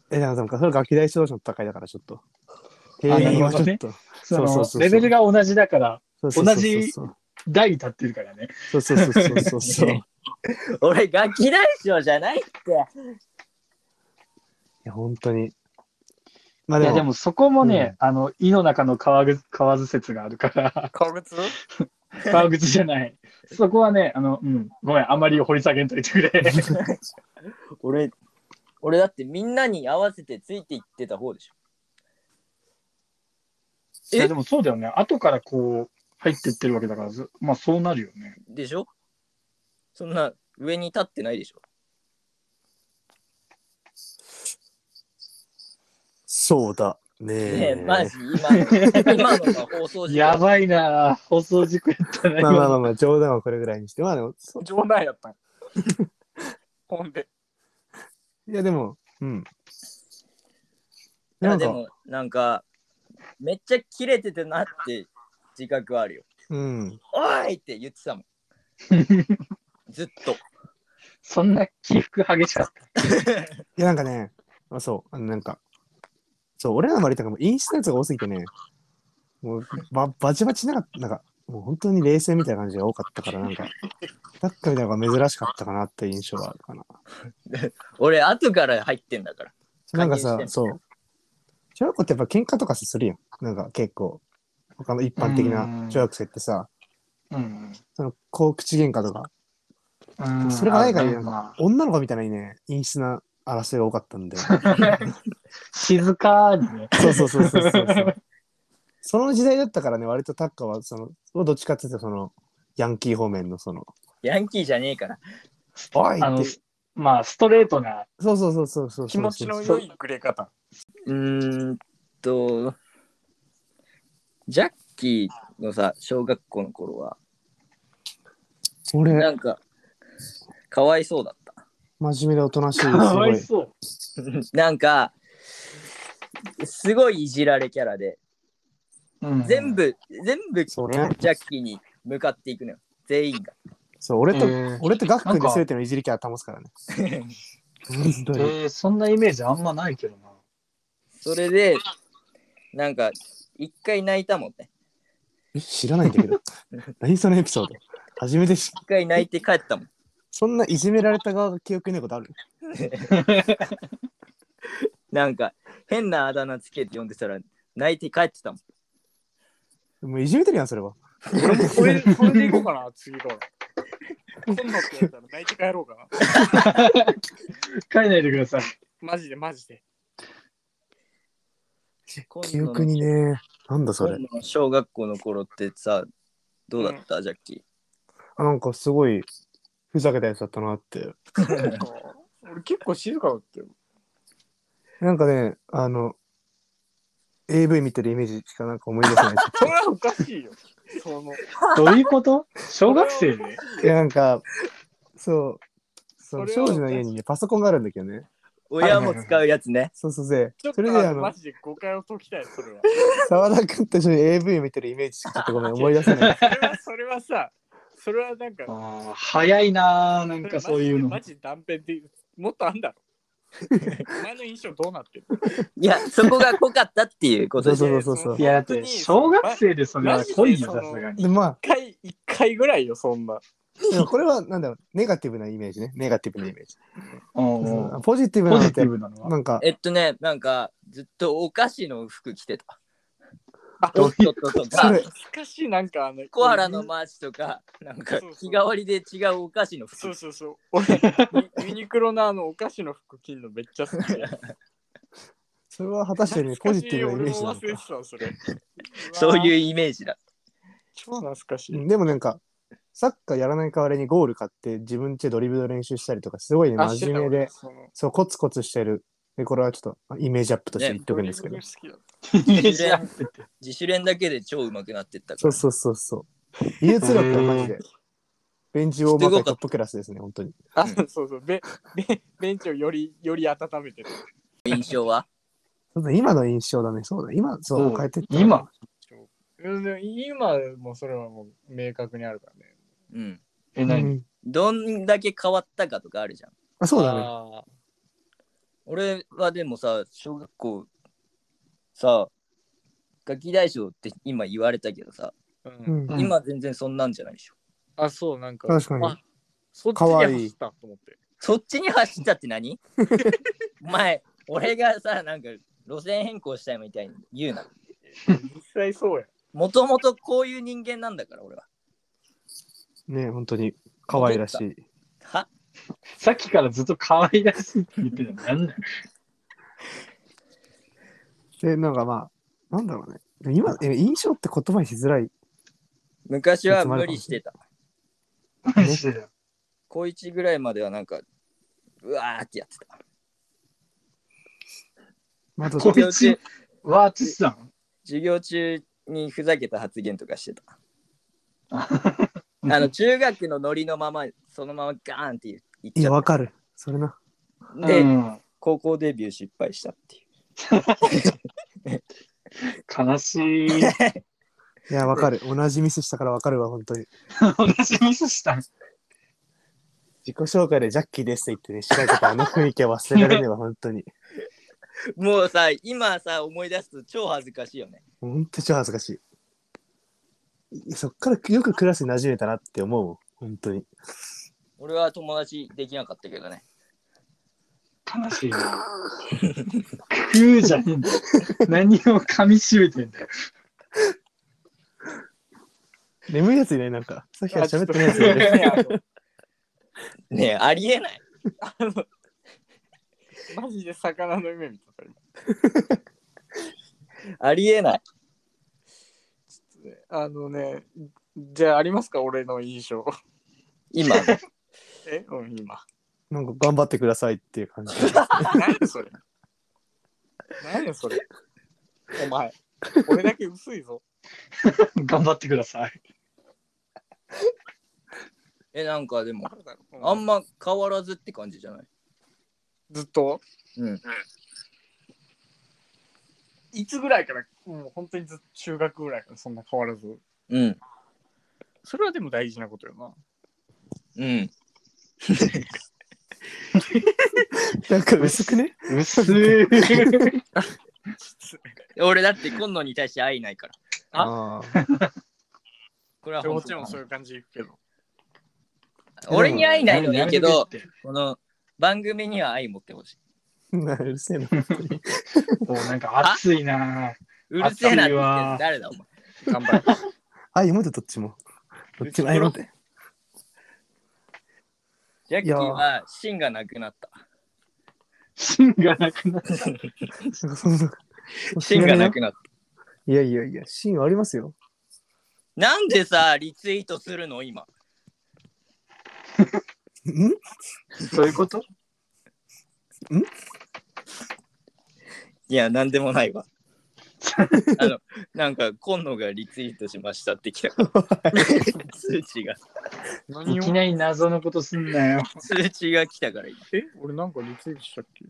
[SPEAKER 4] え、でもなんかそれガキ大将同士の戦いだからちょっと。定
[SPEAKER 3] なるほどね
[SPEAKER 4] 員はちょっと。
[SPEAKER 3] その
[SPEAKER 4] そうそうそうそう
[SPEAKER 3] レベルが同じだから、
[SPEAKER 4] そうそうそうそう
[SPEAKER 3] 同じ台に立ってるからね。
[SPEAKER 4] そうそうそうそうそうそう。い
[SPEAKER 1] 俺ガキ大将じゃないって。
[SPEAKER 4] や、本当に。まあ
[SPEAKER 3] い
[SPEAKER 4] で
[SPEAKER 3] や、
[SPEAKER 4] も、
[SPEAKER 3] でもそこもね、あの、井の中の川ぐ川津説があ るから、
[SPEAKER 2] 革靴
[SPEAKER 3] 川口じゃない。そこはね、あの、うん、ごめん、あんまり掘り下げんといてくれ。
[SPEAKER 1] 俺、俺だってみんなに合わせてついていってた方でしょ。
[SPEAKER 3] いや、でもそうだよね。後からこう、入ってってるわけだから、ずまあそうなるよね。
[SPEAKER 1] でしょそんな上に立ってないでしょ。
[SPEAKER 4] そうだ。ね
[SPEAKER 1] ねえ、
[SPEAKER 4] え。
[SPEAKER 1] マジ今の、今のが放送時
[SPEAKER 3] や
[SPEAKER 1] 間。
[SPEAKER 3] ばいなぁ放送事故やったな、
[SPEAKER 4] まあまあま
[SPEAKER 3] 今。
[SPEAKER 4] あまあ、冗談はこれぐらいにして。まあでも、そ
[SPEAKER 2] 冗談やったんほんで
[SPEAKER 4] いやでも、うん。
[SPEAKER 1] いや
[SPEAKER 4] なん
[SPEAKER 1] で
[SPEAKER 4] か、
[SPEAKER 1] も、なんか、めっちゃキレててなって自覚はあるよ。
[SPEAKER 4] うん。
[SPEAKER 1] おいって言って たもん。ずっと。
[SPEAKER 3] そんな起伏激しかっ
[SPEAKER 4] いやなんかね、あそう、あのなんか、そう、俺らの周りとかも陰湿なやつが多すぎてね、もうばバチバチなかった、なんか、もう本当に冷静みたいな感じが多かったから、なんか、だったみたいなのが珍しかったかなっていう印象はあるかな。
[SPEAKER 1] 俺、後から入ってんだから。
[SPEAKER 4] なんか
[SPEAKER 1] 加
[SPEAKER 4] さ、
[SPEAKER 1] 減して
[SPEAKER 4] そう。小学校ってやっぱ喧嘩とかするやん。なんか結構、他の一般的な小学生ってさ、
[SPEAKER 3] た。うん。
[SPEAKER 4] その、こう口喧嘩とか、
[SPEAKER 3] うん
[SPEAKER 4] それがないから
[SPEAKER 3] あ
[SPEAKER 4] ね
[SPEAKER 3] るな
[SPEAKER 4] 女の子みたいにね、陰湿な争いが多かったんで。
[SPEAKER 3] 静かにね。
[SPEAKER 4] そうそうそうそうそうそう。その時代だったからね、割とタッカーは、その、どっちかっていうと、その、ヤンキー方面の、その、
[SPEAKER 1] ヤンキーじゃねえから。
[SPEAKER 4] おい
[SPEAKER 3] あ
[SPEAKER 4] っ
[SPEAKER 3] の
[SPEAKER 4] て、、
[SPEAKER 3] まあ、ストレートな、
[SPEAKER 4] そうそうそうそうそう。
[SPEAKER 2] 気持ちの
[SPEAKER 4] そ
[SPEAKER 2] 良
[SPEAKER 4] う
[SPEAKER 2] いくれ方
[SPEAKER 1] うーんと、ジャッキーのさ、小学校の頃は、
[SPEAKER 4] それ、
[SPEAKER 1] なんか、かわいそうだった。
[SPEAKER 4] 真面目でおとなしい、す
[SPEAKER 3] か
[SPEAKER 4] ご
[SPEAKER 3] わい
[SPEAKER 4] い。
[SPEAKER 3] そう。
[SPEAKER 1] なんか、すごいいじられキャラで、
[SPEAKER 3] うん
[SPEAKER 1] 全部、全部、ジ
[SPEAKER 4] そうね。
[SPEAKER 1] ャッキーに向かっていくのよ。全員が。
[SPEAKER 4] そう、俺と、
[SPEAKER 3] えー
[SPEAKER 4] 俺とガック
[SPEAKER 3] なん
[SPEAKER 4] ンで
[SPEAKER 3] か
[SPEAKER 4] 全てのいじりキャラ保つからね。本当
[SPEAKER 3] え
[SPEAKER 4] に。
[SPEAKER 3] ーそんなイメージあんまないけどな。
[SPEAKER 1] それで、なんか、一回泣いたもんね。
[SPEAKER 4] え知らないんだ けど。何そのエピソード。初めてし、
[SPEAKER 1] 一回泣いて帰ったもん。
[SPEAKER 4] そんないじめられた側が記憶にないことある
[SPEAKER 1] なんか、変なあだ名つけて呼んでたら、泣いて帰ってたもん。
[SPEAKER 4] もういじめてるやん、それは。
[SPEAKER 2] 俺もこれこれでいこうかな次から今度ってやったら泣いて帰ろうかな
[SPEAKER 3] 帰らないでください。
[SPEAKER 2] マジでマジで
[SPEAKER 1] 今度
[SPEAKER 4] 記
[SPEAKER 1] の
[SPEAKER 4] 憶にね。なんだそれ
[SPEAKER 1] 今。度の小学校の頃ってさ、どうだった、ジャッキー。
[SPEAKER 4] あなんかすごい、ふざけたやつだったなって。
[SPEAKER 2] なんか俺結構静かだったよ
[SPEAKER 4] なんかね、あの、AV 見てるイメージしかなんか思い出せない。
[SPEAKER 2] それはおかしいよその
[SPEAKER 3] どういうこと小学生で
[SPEAKER 4] いや、なんか、そう、そ
[SPEAKER 2] そ
[SPEAKER 4] の
[SPEAKER 2] れ
[SPEAKER 4] 少
[SPEAKER 2] は
[SPEAKER 4] 女の家にね、パソコンがあるんだけどね。
[SPEAKER 1] 親も使うやつね。
[SPEAKER 4] そうそうで
[SPEAKER 2] ちょっ、と
[SPEAKER 4] それであ
[SPEAKER 2] マ
[SPEAKER 4] の、
[SPEAKER 2] ジで誤解を解きたいそれは
[SPEAKER 4] 沢田君と一緒に AV 見てるイメージしかちょっとごめん、思い出せない。
[SPEAKER 2] それはそれはさそれはなんか
[SPEAKER 3] あー早いなぁ、なんかそういうの。
[SPEAKER 2] マジで断片的もっとあんだろお前の印象どうなってる
[SPEAKER 1] いや、そこが濃かったっていうこと
[SPEAKER 4] そう
[SPEAKER 1] で。
[SPEAKER 4] そうそうそう。
[SPEAKER 3] いや、だって、小学生でそれは濃いよ、さすがに。
[SPEAKER 4] で、ま
[SPEAKER 2] 一回一回ぐらいよそんな
[SPEAKER 4] あ、でもこれはなんだろう、ネガティブなイメージね。ネガティブなイメージ。
[SPEAKER 3] うんうん
[SPEAKER 4] そうポジティブな
[SPEAKER 3] ポ
[SPEAKER 4] のっ
[SPEAKER 3] ジテ
[SPEAKER 4] て
[SPEAKER 3] ィ、ブなのは。
[SPEAKER 4] なんか、
[SPEAKER 1] えっとね、なんか、ずっとお菓子の服着てた。
[SPEAKER 2] あ
[SPEAKER 1] ドットと
[SPEAKER 4] そ
[SPEAKER 1] か、
[SPEAKER 4] れ、
[SPEAKER 2] 懐かしいなんかあの
[SPEAKER 1] コアラのマーチとか、なんか
[SPEAKER 2] そうそう
[SPEAKER 1] 日替わりで違うお菓子の
[SPEAKER 2] そ
[SPEAKER 1] 服
[SPEAKER 2] う。そうそう俺ユユニクロのあのお菓子の服着んのめっちゃ好きや
[SPEAKER 4] それは果たしてね、ポジティブなイメージなの
[SPEAKER 2] 懐かしい俺も忘れ
[SPEAKER 4] か
[SPEAKER 2] て。たわそ れ
[SPEAKER 1] そういう
[SPEAKER 2] うわ
[SPEAKER 1] イメージだ。
[SPEAKER 2] 超懐かしい、
[SPEAKER 4] でもなんか、サッカーやらない代わりにゴール買って自分家ドリブル練習したりとか、すごいね、
[SPEAKER 2] あして
[SPEAKER 4] 真
[SPEAKER 2] た
[SPEAKER 4] 面目で
[SPEAKER 2] 俺、その
[SPEAKER 4] そう、コツコツしてる。で、これはちょっとイメージアップとして言っとくんですけど。
[SPEAKER 2] ドリブル好きだっ
[SPEAKER 1] 自主練自主練だけで超うまくなってったか
[SPEAKER 4] そ
[SPEAKER 1] ら
[SPEAKER 4] う。そうそうそう。技術力がマジで。ベンチウォーマー界トップクラスですね、本当に。
[SPEAKER 2] あ、そうそう。ベベベンチをより、より温めてる。
[SPEAKER 1] 印象は
[SPEAKER 4] そうだ今の印象だね、そうだ、今、そうう、変えてったら
[SPEAKER 3] 今、
[SPEAKER 2] うんでも今もそれはもう明確にあるからね。
[SPEAKER 1] うん。
[SPEAKER 3] え、
[SPEAKER 4] う
[SPEAKER 3] 何
[SPEAKER 4] ん
[SPEAKER 1] どんだけ変わったかとかあるじゃん。
[SPEAKER 4] あそうだね。
[SPEAKER 2] あ
[SPEAKER 1] 俺はでもさ、小学校さ、ガキ大将って今言われたけどさ、
[SPEAKER 2] ー
[SPEAKER 4] う
[SPEAKER 2] うん、
[SPEAKER 4] ん
[SPEAKER 3] うん
[SPEAKER 1] 今全然そんなんじゃないでしょ。
[SPEAKER 2] あ、そう、なんか。
[SPEAKER 4] 確かに
[SPEAKER 2] あそっち
[SPEAKER 4] か
[SPEAKER 2] に
[SPEAKER 4] わいい
[SPEAKER 2] 走ったと思って。
[SPEAKER 1] そっちに走ったって何お前、俺がさ、なんか路線変更したいみたいに言うな。
[SPEAKER 2] 実際そうや。
[SPEAKER 1] もともとこういう人間なんだから、俺は。
[SPEAKER 4] ね、本当に可愛らしい。
[SPEAKER 1] は
[SPEAKER 3] さっきからずっと可愛らしいって言ってたのなん だ
[SPEAKER 4] で、なんかまあ、なんだろうね。でも今、え印象って言葉にしづらい。
[SPEAKER 1] 昔は無理してた。
[SPEAKER 3] マジで
[SPEAKER 1] 高1ぐらいまではなんか、うわーってやってた。
[SPEAKER 4] まあ、どう
[SPEAKER 3] こいつ、ワーツしたの
[SPEAKER 1] 授業中にふざけた発言とかしてた。
[SPEAKER 3] うん
[SPEAKER 1] あの中学のノリのまま、そのままガーンって言っ
[SPEAKER 4] い
[SPEAKER 1] ち
[SPEAKER 4] や、
[SPEAKER 1] ゃ
[SPEAKER 4] わ
[SPEAKER 1] った。
[SPEAKER 4] かる。それな。
[SPEAKER 1] で、
[SPEAKER 3] うん
[SPEAKER 1] 高校デビュー失敗したっていう。
[SPEAKER 3] 悲しい。
[SPEAKER 4] いや、わかる。同じミスしたからわかるわ、本当に。
[SPEAKER 3] 同じミスしたの。
[SPEAKER 4] 自己紹介でジャッキーですって言ってね、白井とあの雰囲気は忘れられねえわ、 本当に。
[SPEAKER 1] もうさ、今さ、思い出すと超恥ずかしいよね。
[SPEAKER 4] 本当に超恥ずかしい。そっからよくクラスに馴染めたなって思うもん、本当に。
[SPEAKER 1] 俺は友達できなかったけどね。
[SPEAKER 3] 悲しいな。クーじゃねえんだよ。何を噛みしめてんだよ。
[SPEAKER 4] 眠いやついない、なんか。さっきから喋ってないやつ い
[SPEAKER 2] あ
[SPEAKER 4] ない。
[SPEAKER 2] ちょっと
[SPEAKER 1] ねえ、ありえない。
[SPEAKER 2] マジで魚の夢見たそれ
[SPEAKER 1] ありえない。
[SPEAKER 2] あのね、じゃあありますか俺の印象。
[SPEAKER 1] 今の。
[SPEAKER 2] え、うん、今。
[SPEAKER 4] なんか頑張ってくださいっていう感じ。
[SPEAKER 2] 何それ何それお前、俺だけ薄いぞ。
[SPEAKER 3] 頑張ってください。
[SPEAKER 1] え、なんかでも、
[SPEAKER 2] 誰だろう
[SPEAKER 1] あんま変わらずって感じじゃない
[SPEAKER 2] ずっと
[SPEAKER 1] うん。
[SPEAKER 2] いつぐらいから、もう本当にずっと中学ぐらいからそんな変わらず。
[SPEAKER 1] うん。
[SPEAKER 2] それはでも大事なことよな。
[SPEAKER 1] うん。
[SPEAKER 4] なんか薄くね
[SPEAKER 3] 薄い。
[SPEAKER 1] 俺だって今野に対して愛ないから。
[SPEAKER 4] ああ。
[SPEAKER 1] これは
[SPEAKER 2] も
[SPEAKER 1] 本
[SPEAKER 2] ち
[SPEAKER 1] 当
[SPEAKER 2] ろんそういう感じいくけど。
[SPEAKER 1] 俺に愛ないのはいいけど、
[SPEAKER 3] 何
[SPEAKER 1] この番組には愛持ってほしい。
[SPEAKER 4] な うるせえな。
[SPEAKER 3] おなんか熱いな。
[SPEAKER 1] うるせえなって言ってんの
[SPEAKER 3] 熱いわ
[SPEAKER 1] 誰だお前。
[SPEAKER 2] 頑張れ。
[SPEAKER 4] あ、読めてどっちも。どっちも読め て。
[SPEAKER 1] ジャッキーは芯がなくなった。
[SPEAKER 3] 芯がなくなった。
[SPEAKER 4] なんかその
[SPEAKER 1] 芯がなくなった。
[SPEAKER 4] いやいやいや、シーンありますよ。
[SPEAKER 1] なんでさ、リツイートするの今。
[SPEAKER 4] ん
[SPEAKER 3] そういうこと
[SPEAKER 1] いや、なんでもない わ。あの、なんか、今野がリツイートしましたってきたから。 通知が、
[SPEAKER 2] 何
[SPEAKER 3] い
[SPEAKER 2] を
[SPEAKER 3] きなり謎のことすんなよ。
[SPEAKER 1] 通知が来たから今。
[SPEAKER 2] え俺なんかリツイートしたっけ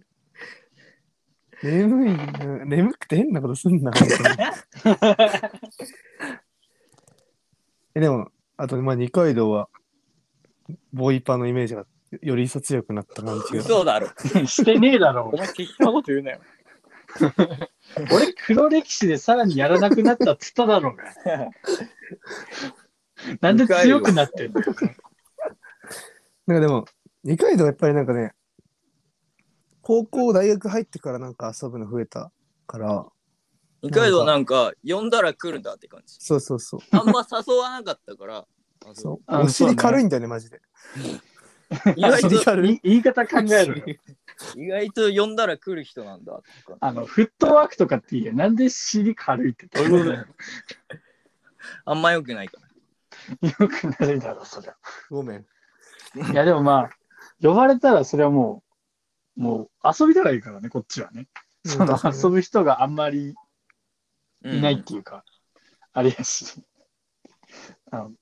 [SPEAKER 4] 眠いな。眠くて変なことす んな。本当にえでも、あと、まあ、二階堂は、ボイパのイメージがより一層強くなった感じが。
[SPEAKER 1] 嘘だろ。
[SPEAKER 3] してねえだろ
[SPEAKER 2] お。前適当なこと言う なよ。
[SPEAKER 3] 俺、黒歴史でさらにやらなくなったっつっただろう が。なんで強くなってんだよ。
[SPEAKER 4] なんかでも、二階堂はやっぱりなんかね、高校、大学入ってからなんか遊ぶの増えたから、
[SPEAKER 1] 二階堂なんか、呼んだら来るんだって感じ。
[SPEAKER 4] そうそうそう。
[SPEAKER 1] あんま誘わなかったから、あの
[SPEAKER 4] そう
[SPEAKER 3] あ
[SPEAKER 4] お
[SPEAKER 3] そうね
[SPEAKER 4] 尻軽いんだよね、マジで。
[SPEAKER 1] 意外 と
[SPEAKER 4] お尻軽い
[SPEAKER 3] い言い方考えろよ。
[SPEAKER 1] 意外と呼んだら来る人なんだとか。
[SPEAKER 3] あの、フットワークとかっていいよ。なんで尻軽いってどういうことだよ。
[SPEAKER 1] あんま良くないから。
[SPEAKER 3] よくなるだろ、それは。
[SPEAKER 4] ごめん。
[SPEAKER 3] いや、でもまあ、呼ばれたらそれはもう、もう遊びたらいいからね、こっちはね。その遊ぶ人があんまり
[SPEAKER 1] う
[SPEAKER 3] いないっていうか、あれやし。あの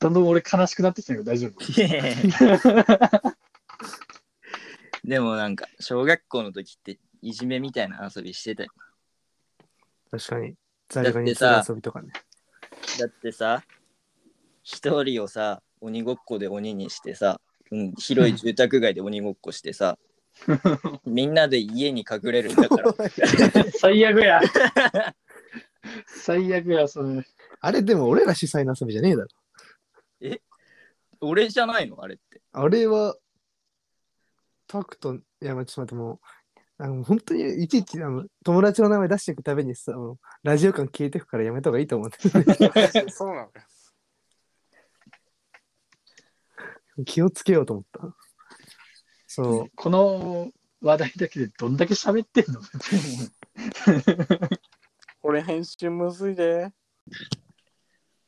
[SPEAKER 3] だんだん俺悲しくなってきたけど大丈夫。
[SPEAKER 1] でもなんか、小学校の時っていじめみたいな遊びしてたよ。
[SPEAKER 4] 確かに。ザリガニ釣り遊びとかね。
[SPEAKER 1] だってさ、一人をさ、鬼ごっこで鬼にしてさ、うん、広い住宅街で鬼ごっこしてさ、みんなで家に隠れるんだから。
[SPEAKER 3] 最悪や。最悪や、それ。
[SPEAKER 4] あれでも俺ら主催の遊びじゃねえだろ。
[SPEAKER 1] 俺じゃないのあれって。
[SPEAKER 4] あれは、タクと、いや、まあちょっと待って、もう、あの本当にいちいちあの友達の名前出していくたびにさ、もうラジオ感消えてくからやめた方がいいと思うんだよね
[SPEAKER 2] そうなのか。
[SPEAKER 4] 気をつけようと思った。そう。
[SPEAKER 3] この話題だけでどんだけ喋ってんの
[SPEAKER 2] 俺編集むずいで。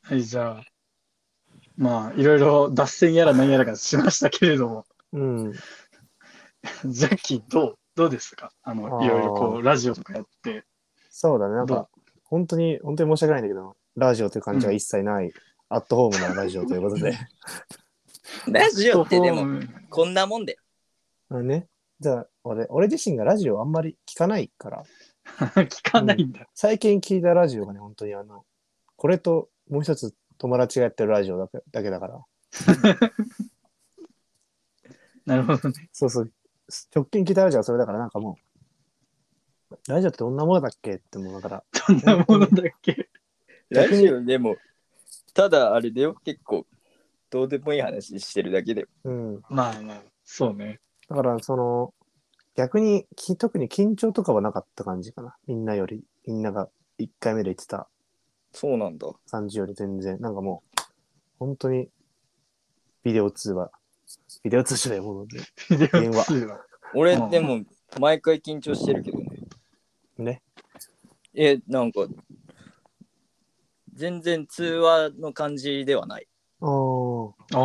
[SPEAKER 3] はい、じゃあ、まあ、いろいろ脱線やら何やらがしましたけれども、
[SPEAKER 4] うん。
[SPEAKER 3] ジャッキーどうどうですかあの、
[SPEAKER 4] あー
[SPEAKER 3] いろいろこう、ラジオとかやって。
[SPEAKER 4] そうだね。なん
[SPEAKER 3] どう
[SPEAKER 4] か、本当に、本当に申し訳ないんだけど、ラジオという感じが一切ない、アットホームなラジオということで。
[SPEAKER 1] ラジオってで
[SPEAKER 3] う
[SPEAKER 1] も、
[SPEAKER 3] ん
[SPEAKER 1] こんなもんで。
[SPEAKER 4] あね。じゃあ、俺、俺自身がラジオをあんまり聞かないから、
[SPEAKER 3] 聞かないんだ。
[SPEAKER 4] 最近聞いたラジオがね、本当にあの、これともう一つ友達がやってるラジオだけだけだから、
[SPEAKER 3] なるほどね。
[SPEAKER 4] そうそう、直近聞いたラジオはそれだから、なんかもう、ラジオってどんなものだっけってもうだから、
[SPEAKER 3] どんなものだっけ
[SPEAKER 1] ラ
[SPEAKER 4] 逆に
[SPEAKER 1] ジオでも、ただあれだよ、結構、どうでもいい話してるだけで。
[SPEAKER 4] うん。
[SPEAKER 3] まあまあ、そうね。
[SPEAKER 4] だから、その、逆にき、特に緊張とかはなかった感じかな。みんなより、みんなが1回目で言ってた
[SPEAKER 1] そうなんだ。
[SPEAKER 4] 感じより全然、なんかもう、本当に、ビデオ通話、ビデオ通話だもので、
[SPEAKER 3] ビデ
[SPEAKER 4] 電
[SPEAKER 3] オ
[SPEAKER 4] 話
[SPEAKER 3] 通話。
[SPEAKER 1] 俺
[SPEAKER 3] うん
[SPEAKER 1] でも毎回緊張してるけどね。
[SPEAKER 4] ね。
[SPEAKER 1] え、なんか全然通話の感じではない。
[SPEAKER 4] あ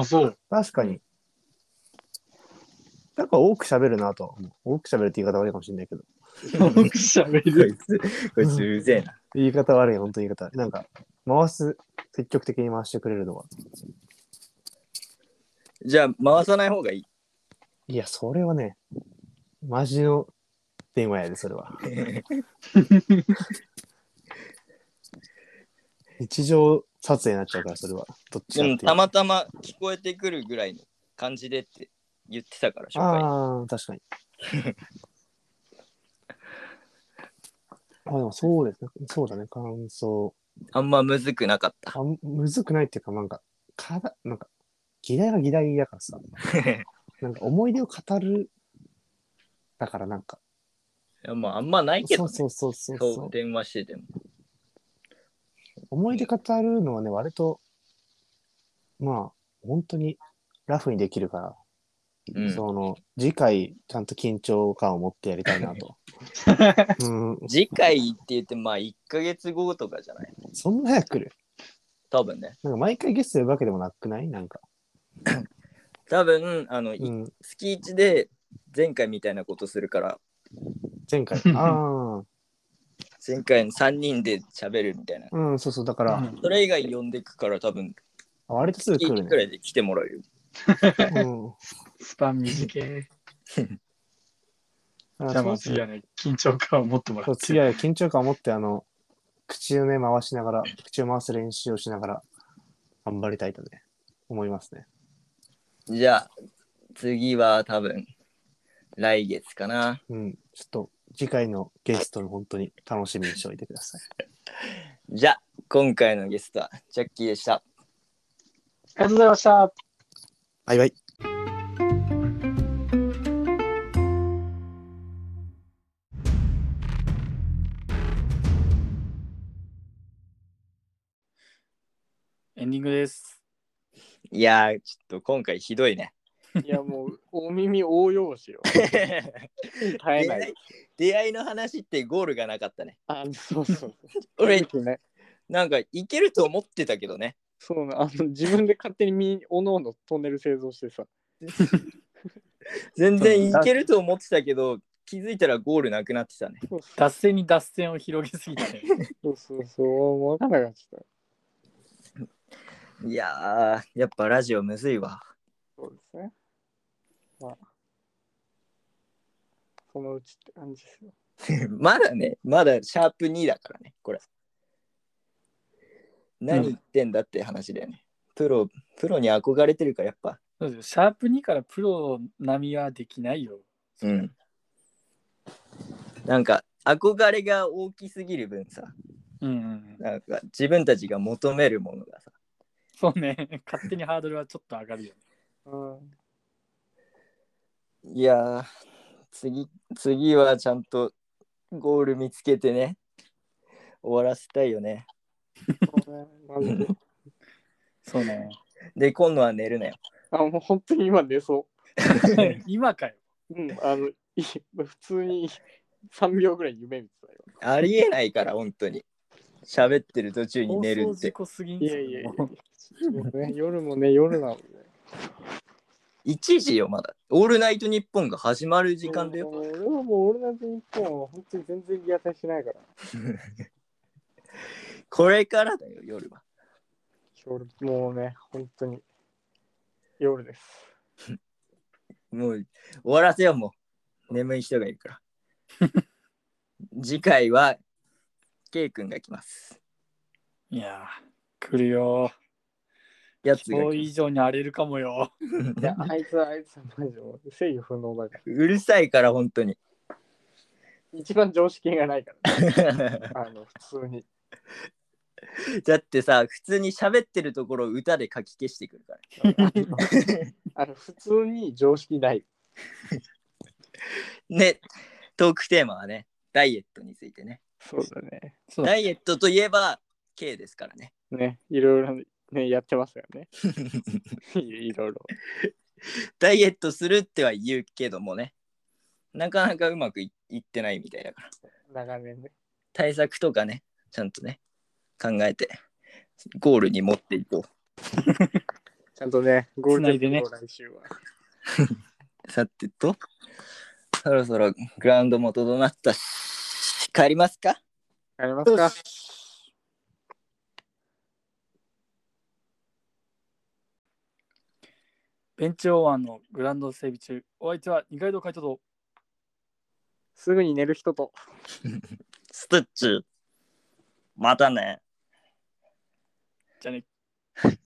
[SPEAKER 3] あ、そう。
[SPEAKER 4] あ、確かに。なんか多く喋るなとは思う。多く喋るって言い方悪いかもしれないけど。
[SPEAKER 3] 喋る。
[SPEAKER 1] つ、こ
[SPEAKER 4] いつ
[SPEAKER 1] うぜえな。
[SPEAKER 4] 言い方悪い、本当に言い方悪い。なんか、回す、積極的に回してくれるのは。
[SPEAKER 1] じゃあ回さない方がいい。
[SPEAKER 4] いや、それはね、マジの電話やで、それは。日常撮影になっちゃうから、それは。どっち
[SPEAKER 1] で
[SPEAKER 4] だっ
[SPEAKER 1] も
[SPEAKER 4] ていう
[SPEAKER 1] たまたま聞こえてくるぐらいの感じでって言ってたから、初回。
[SPEAKER 4] ああ、確かに。 あでもそうですね。そうだね、感想。
[SPEAKER 1] あんまむずくなかった。
[SPEAKER 4] あんむずくないっていうか、なんか、かだなんか、議題が議題だから さ、なんか思い出を語る、だからなんか、
[SPEAKER 1] いやまああんまないけど、
[SPEAKER 4] そう
[SPEAKER 1] ね、
[SPEAKER 4] そうそうそう
[SPEAKER 1] そう
[SPEAKER 4] そ
[SPEAKER 1] 電話してても。
[SPEAKER 4] う、思い出語るのはね、割と、まあ、本当にラフにできるから、
[SPEAKER 1] うん、
[SPEAKER 4] その、次回、ちゃんと緊張感を持ってやりたいな と。うん、
[SPEAKER 1] 次回って言ってまあ1ヶ月後とかじゃない
[SPEAKER 4] そんな早く来る
[SPEAKER 1] 多分ね。
[SPEAKER 4] なんか毎回ゲスト呼ぶわけでもなくないなんか。
[SPEAKER 1] 多分、あの、い
[SPEAKER 4] うん。
[SPEAKER 1] 月1で前回みたいなことするから、
[SPEAKER 4] 前回。あ
[SPEAKER 1] 前回の3人で喋るみたいな。
[SPEAKER 4] あ。うん、そうそう。だか
[SPEAKER 3] う
[SPEAKER 4] ら、
[SPEAKER 3] ん
[SPEAKER 1] それ以外呼んでくから多分、
[SPEAKER 4] 割とすぐ来
[SPEAKER 1] 月1
[SPEAKER 4] る
[SPEAKER 1] く
[SPEAKER 4] ね。
[SPEAKER 1] らいで来てもらうよ。
[SPEAKER 4] うん。
[SPEAKER 3] スパン短い。
[SPEAKER 4] あ
[SPEAKER 3] じゃあま
[SPEAKER 4] そ
[SPEAKER 3] あ
[SPEAKER 4] うそう
[SPEAKER 3] 次はね、緊張感を持ってもら
[SPEAKER 4] そう
[SPEAKER 3] って。
[SPEAKER 4] 次は緊張感を持って、あの、口をね、回しながら、口を回す練習をしながら、頑張りたいとね、思いますね。
[SPEAKER 1] じゃあ、次は多分、来月かな。
[SPEAKER 4] うん。ちょっと、次回のゲストの本当に楽しみにしておいてください。
[SPEAKER 1] じゃあ、今回のゲストは、ジャッキーでした。
[SPEAKER 3] ありがとうございました。
[SPEAKER 4] バイバイ。
[SPEAKER 2] エンディングです。
[SPEAKER 1] いやー、ちょっと今回ひどいね。
[SPEAKER 2] いやもう、お耳大用紙よ。耐えない。
[SPEAKER 1] 出会いの話ってゴールがなかったね。
[SPEAKER 2] あそうそう。
[SPEAKER 1] 俺、
[SPEAKER 2] ね、
[SPEAKER 1] なんか、いけると思ってたけどね。
[SPEAKER 2] そうなあの自分で勝手にみおのおのトンネル製造してさ。
[SPEAKER 1] 全然いけると思ってたけど、気づいたらゴールなくなってたね。
[SPEAKER 2] そうそう
[SPEAKER 5] 脱線に脱線 を広げすぎて、
[SPEAKER 2] そうそうそう。分かんなかった。
[SPEAKER 1] いやー、やっぱラジオむずいわ。
[SPEAKER 2] そうですね。まあ、そのうちって感じですよ。
[SPEAKER 1] まだね、まだシャープ2だからね、これ。何言ってんだって話だよね。プロ、プロに憧れてるから、やっぱ。
[SPEAKER 5] そうですよシャープ2からプロ並みはできないよ。
[SPEAKER 1] うん。なんか、憧れが大きすぎる分さ、
[SPEAKER 5] うんうんうん。
[SPEAKER 1] なんか自分たちが求めるものがさ、
[SPEAKER 5] そうね。勝手にハードルはちょっと上がるよね。
[SPEAKER 2] うん。
[SPEAKER 1] いやー、次、次はちゃんとゴール見つけてね、終わらせたいよね。
[SPEAKER 2] そうねマジ で
[SPEAKER 5] そうね。
[SPEAKER 1] で、今度は寝るなよ。
[SPEAKER 2] あ、もう本当に今寝そ
[SPEAKER 5] 今かよ。
[SPEAKER 2] う。うん、あの、いい 普通に3秒ぐらい夢見てたよ。
[SPEAKER 1] ありえないから、本当に。喋ってる途中に 寝る
[SPEAKER 5] 放送
[SPEAKER 1] っ
[SPEAKER 5] 事
[SPEAKER 1] て。
[SPEAKER 5] 故すぎん
[SPEAKER 2] い
[SPEAKER 5] ぞ
[SPEAKER 2] やいやいや。そうね、 夜もね、夜なので。
[SPEAKER 1] 1時よ、まだ。オールナイトニッポンが始まる時間だよ。
[SPEAKER 2] もう俺はもう俺なんて日本は本当に全然リアタイしないから。
[SPEAKER 1] これからだよ、夜は。
[SPEAKER 2] 夜もうね、本当に夜です。
[SPEAKER 1] もう終わらせよう、もう。眠い人がいるから。次回は、ケイ君が来ます。
[SPEAKER 5] いやー、来るよ。
[SPEAKER 1] やつが
[SPEAKER 5] そう
[SPEAKER 1] 来
[SPEAKER 5] 以上に荒れるかもよ。
[SPEAKER 2] いや、あいつはあいつはマジでもう制御不能だから。
[SPEAKER 1] うるさいから、本当に。
[SPEAKER 2] 一番常識がないから、あの、普通に。
[SPEAKER 1] だってさ、普通に喋ってるところを歌で書き消してくるから。
[SPEAKER 2] あの、普通に常識ない。
[SPEAKER 1] ね、トークテーマはね、ダイエットについてね。
[SPEAKER 2] そうだね。
[SPEAKER 5] そう
[SPEAKER 1] ダイエットといえば、K ですからね。
[SPEAKER 2] ね、いろいろね、やってますよ ね。いろいろ。
[SPEAKER 1] ダイエットするっては言うけどもね、なかなかうまくいいってないみたいだから。
[SPEAKER 2] 長年ね。
[SPEAKER 1] 対策とかね、ちゃんとね、考えて、ゴールに持っていこ
[SPEAKER 2] ちゃんとね、ゴールデン
[SPEAKER 5] 繋
[SPEAKER 2] ウィーク
[SPEAKER 5] いでね
[SPEAKER 2] の来週は。
[SPEAKER 1] う。さてと、そろそろグラウンド元となったし、帰りますか
[SPEAKER 2] ありますか
[SPEAKER 5] ベンチオーワンのグラウンド整備中、お相手は二階堂会長と、
[SPEAKER 2] すぐに寝る人と。
[SPEAKER 1] ストッチ、またね。
[SPEAKER 5] じゃあね。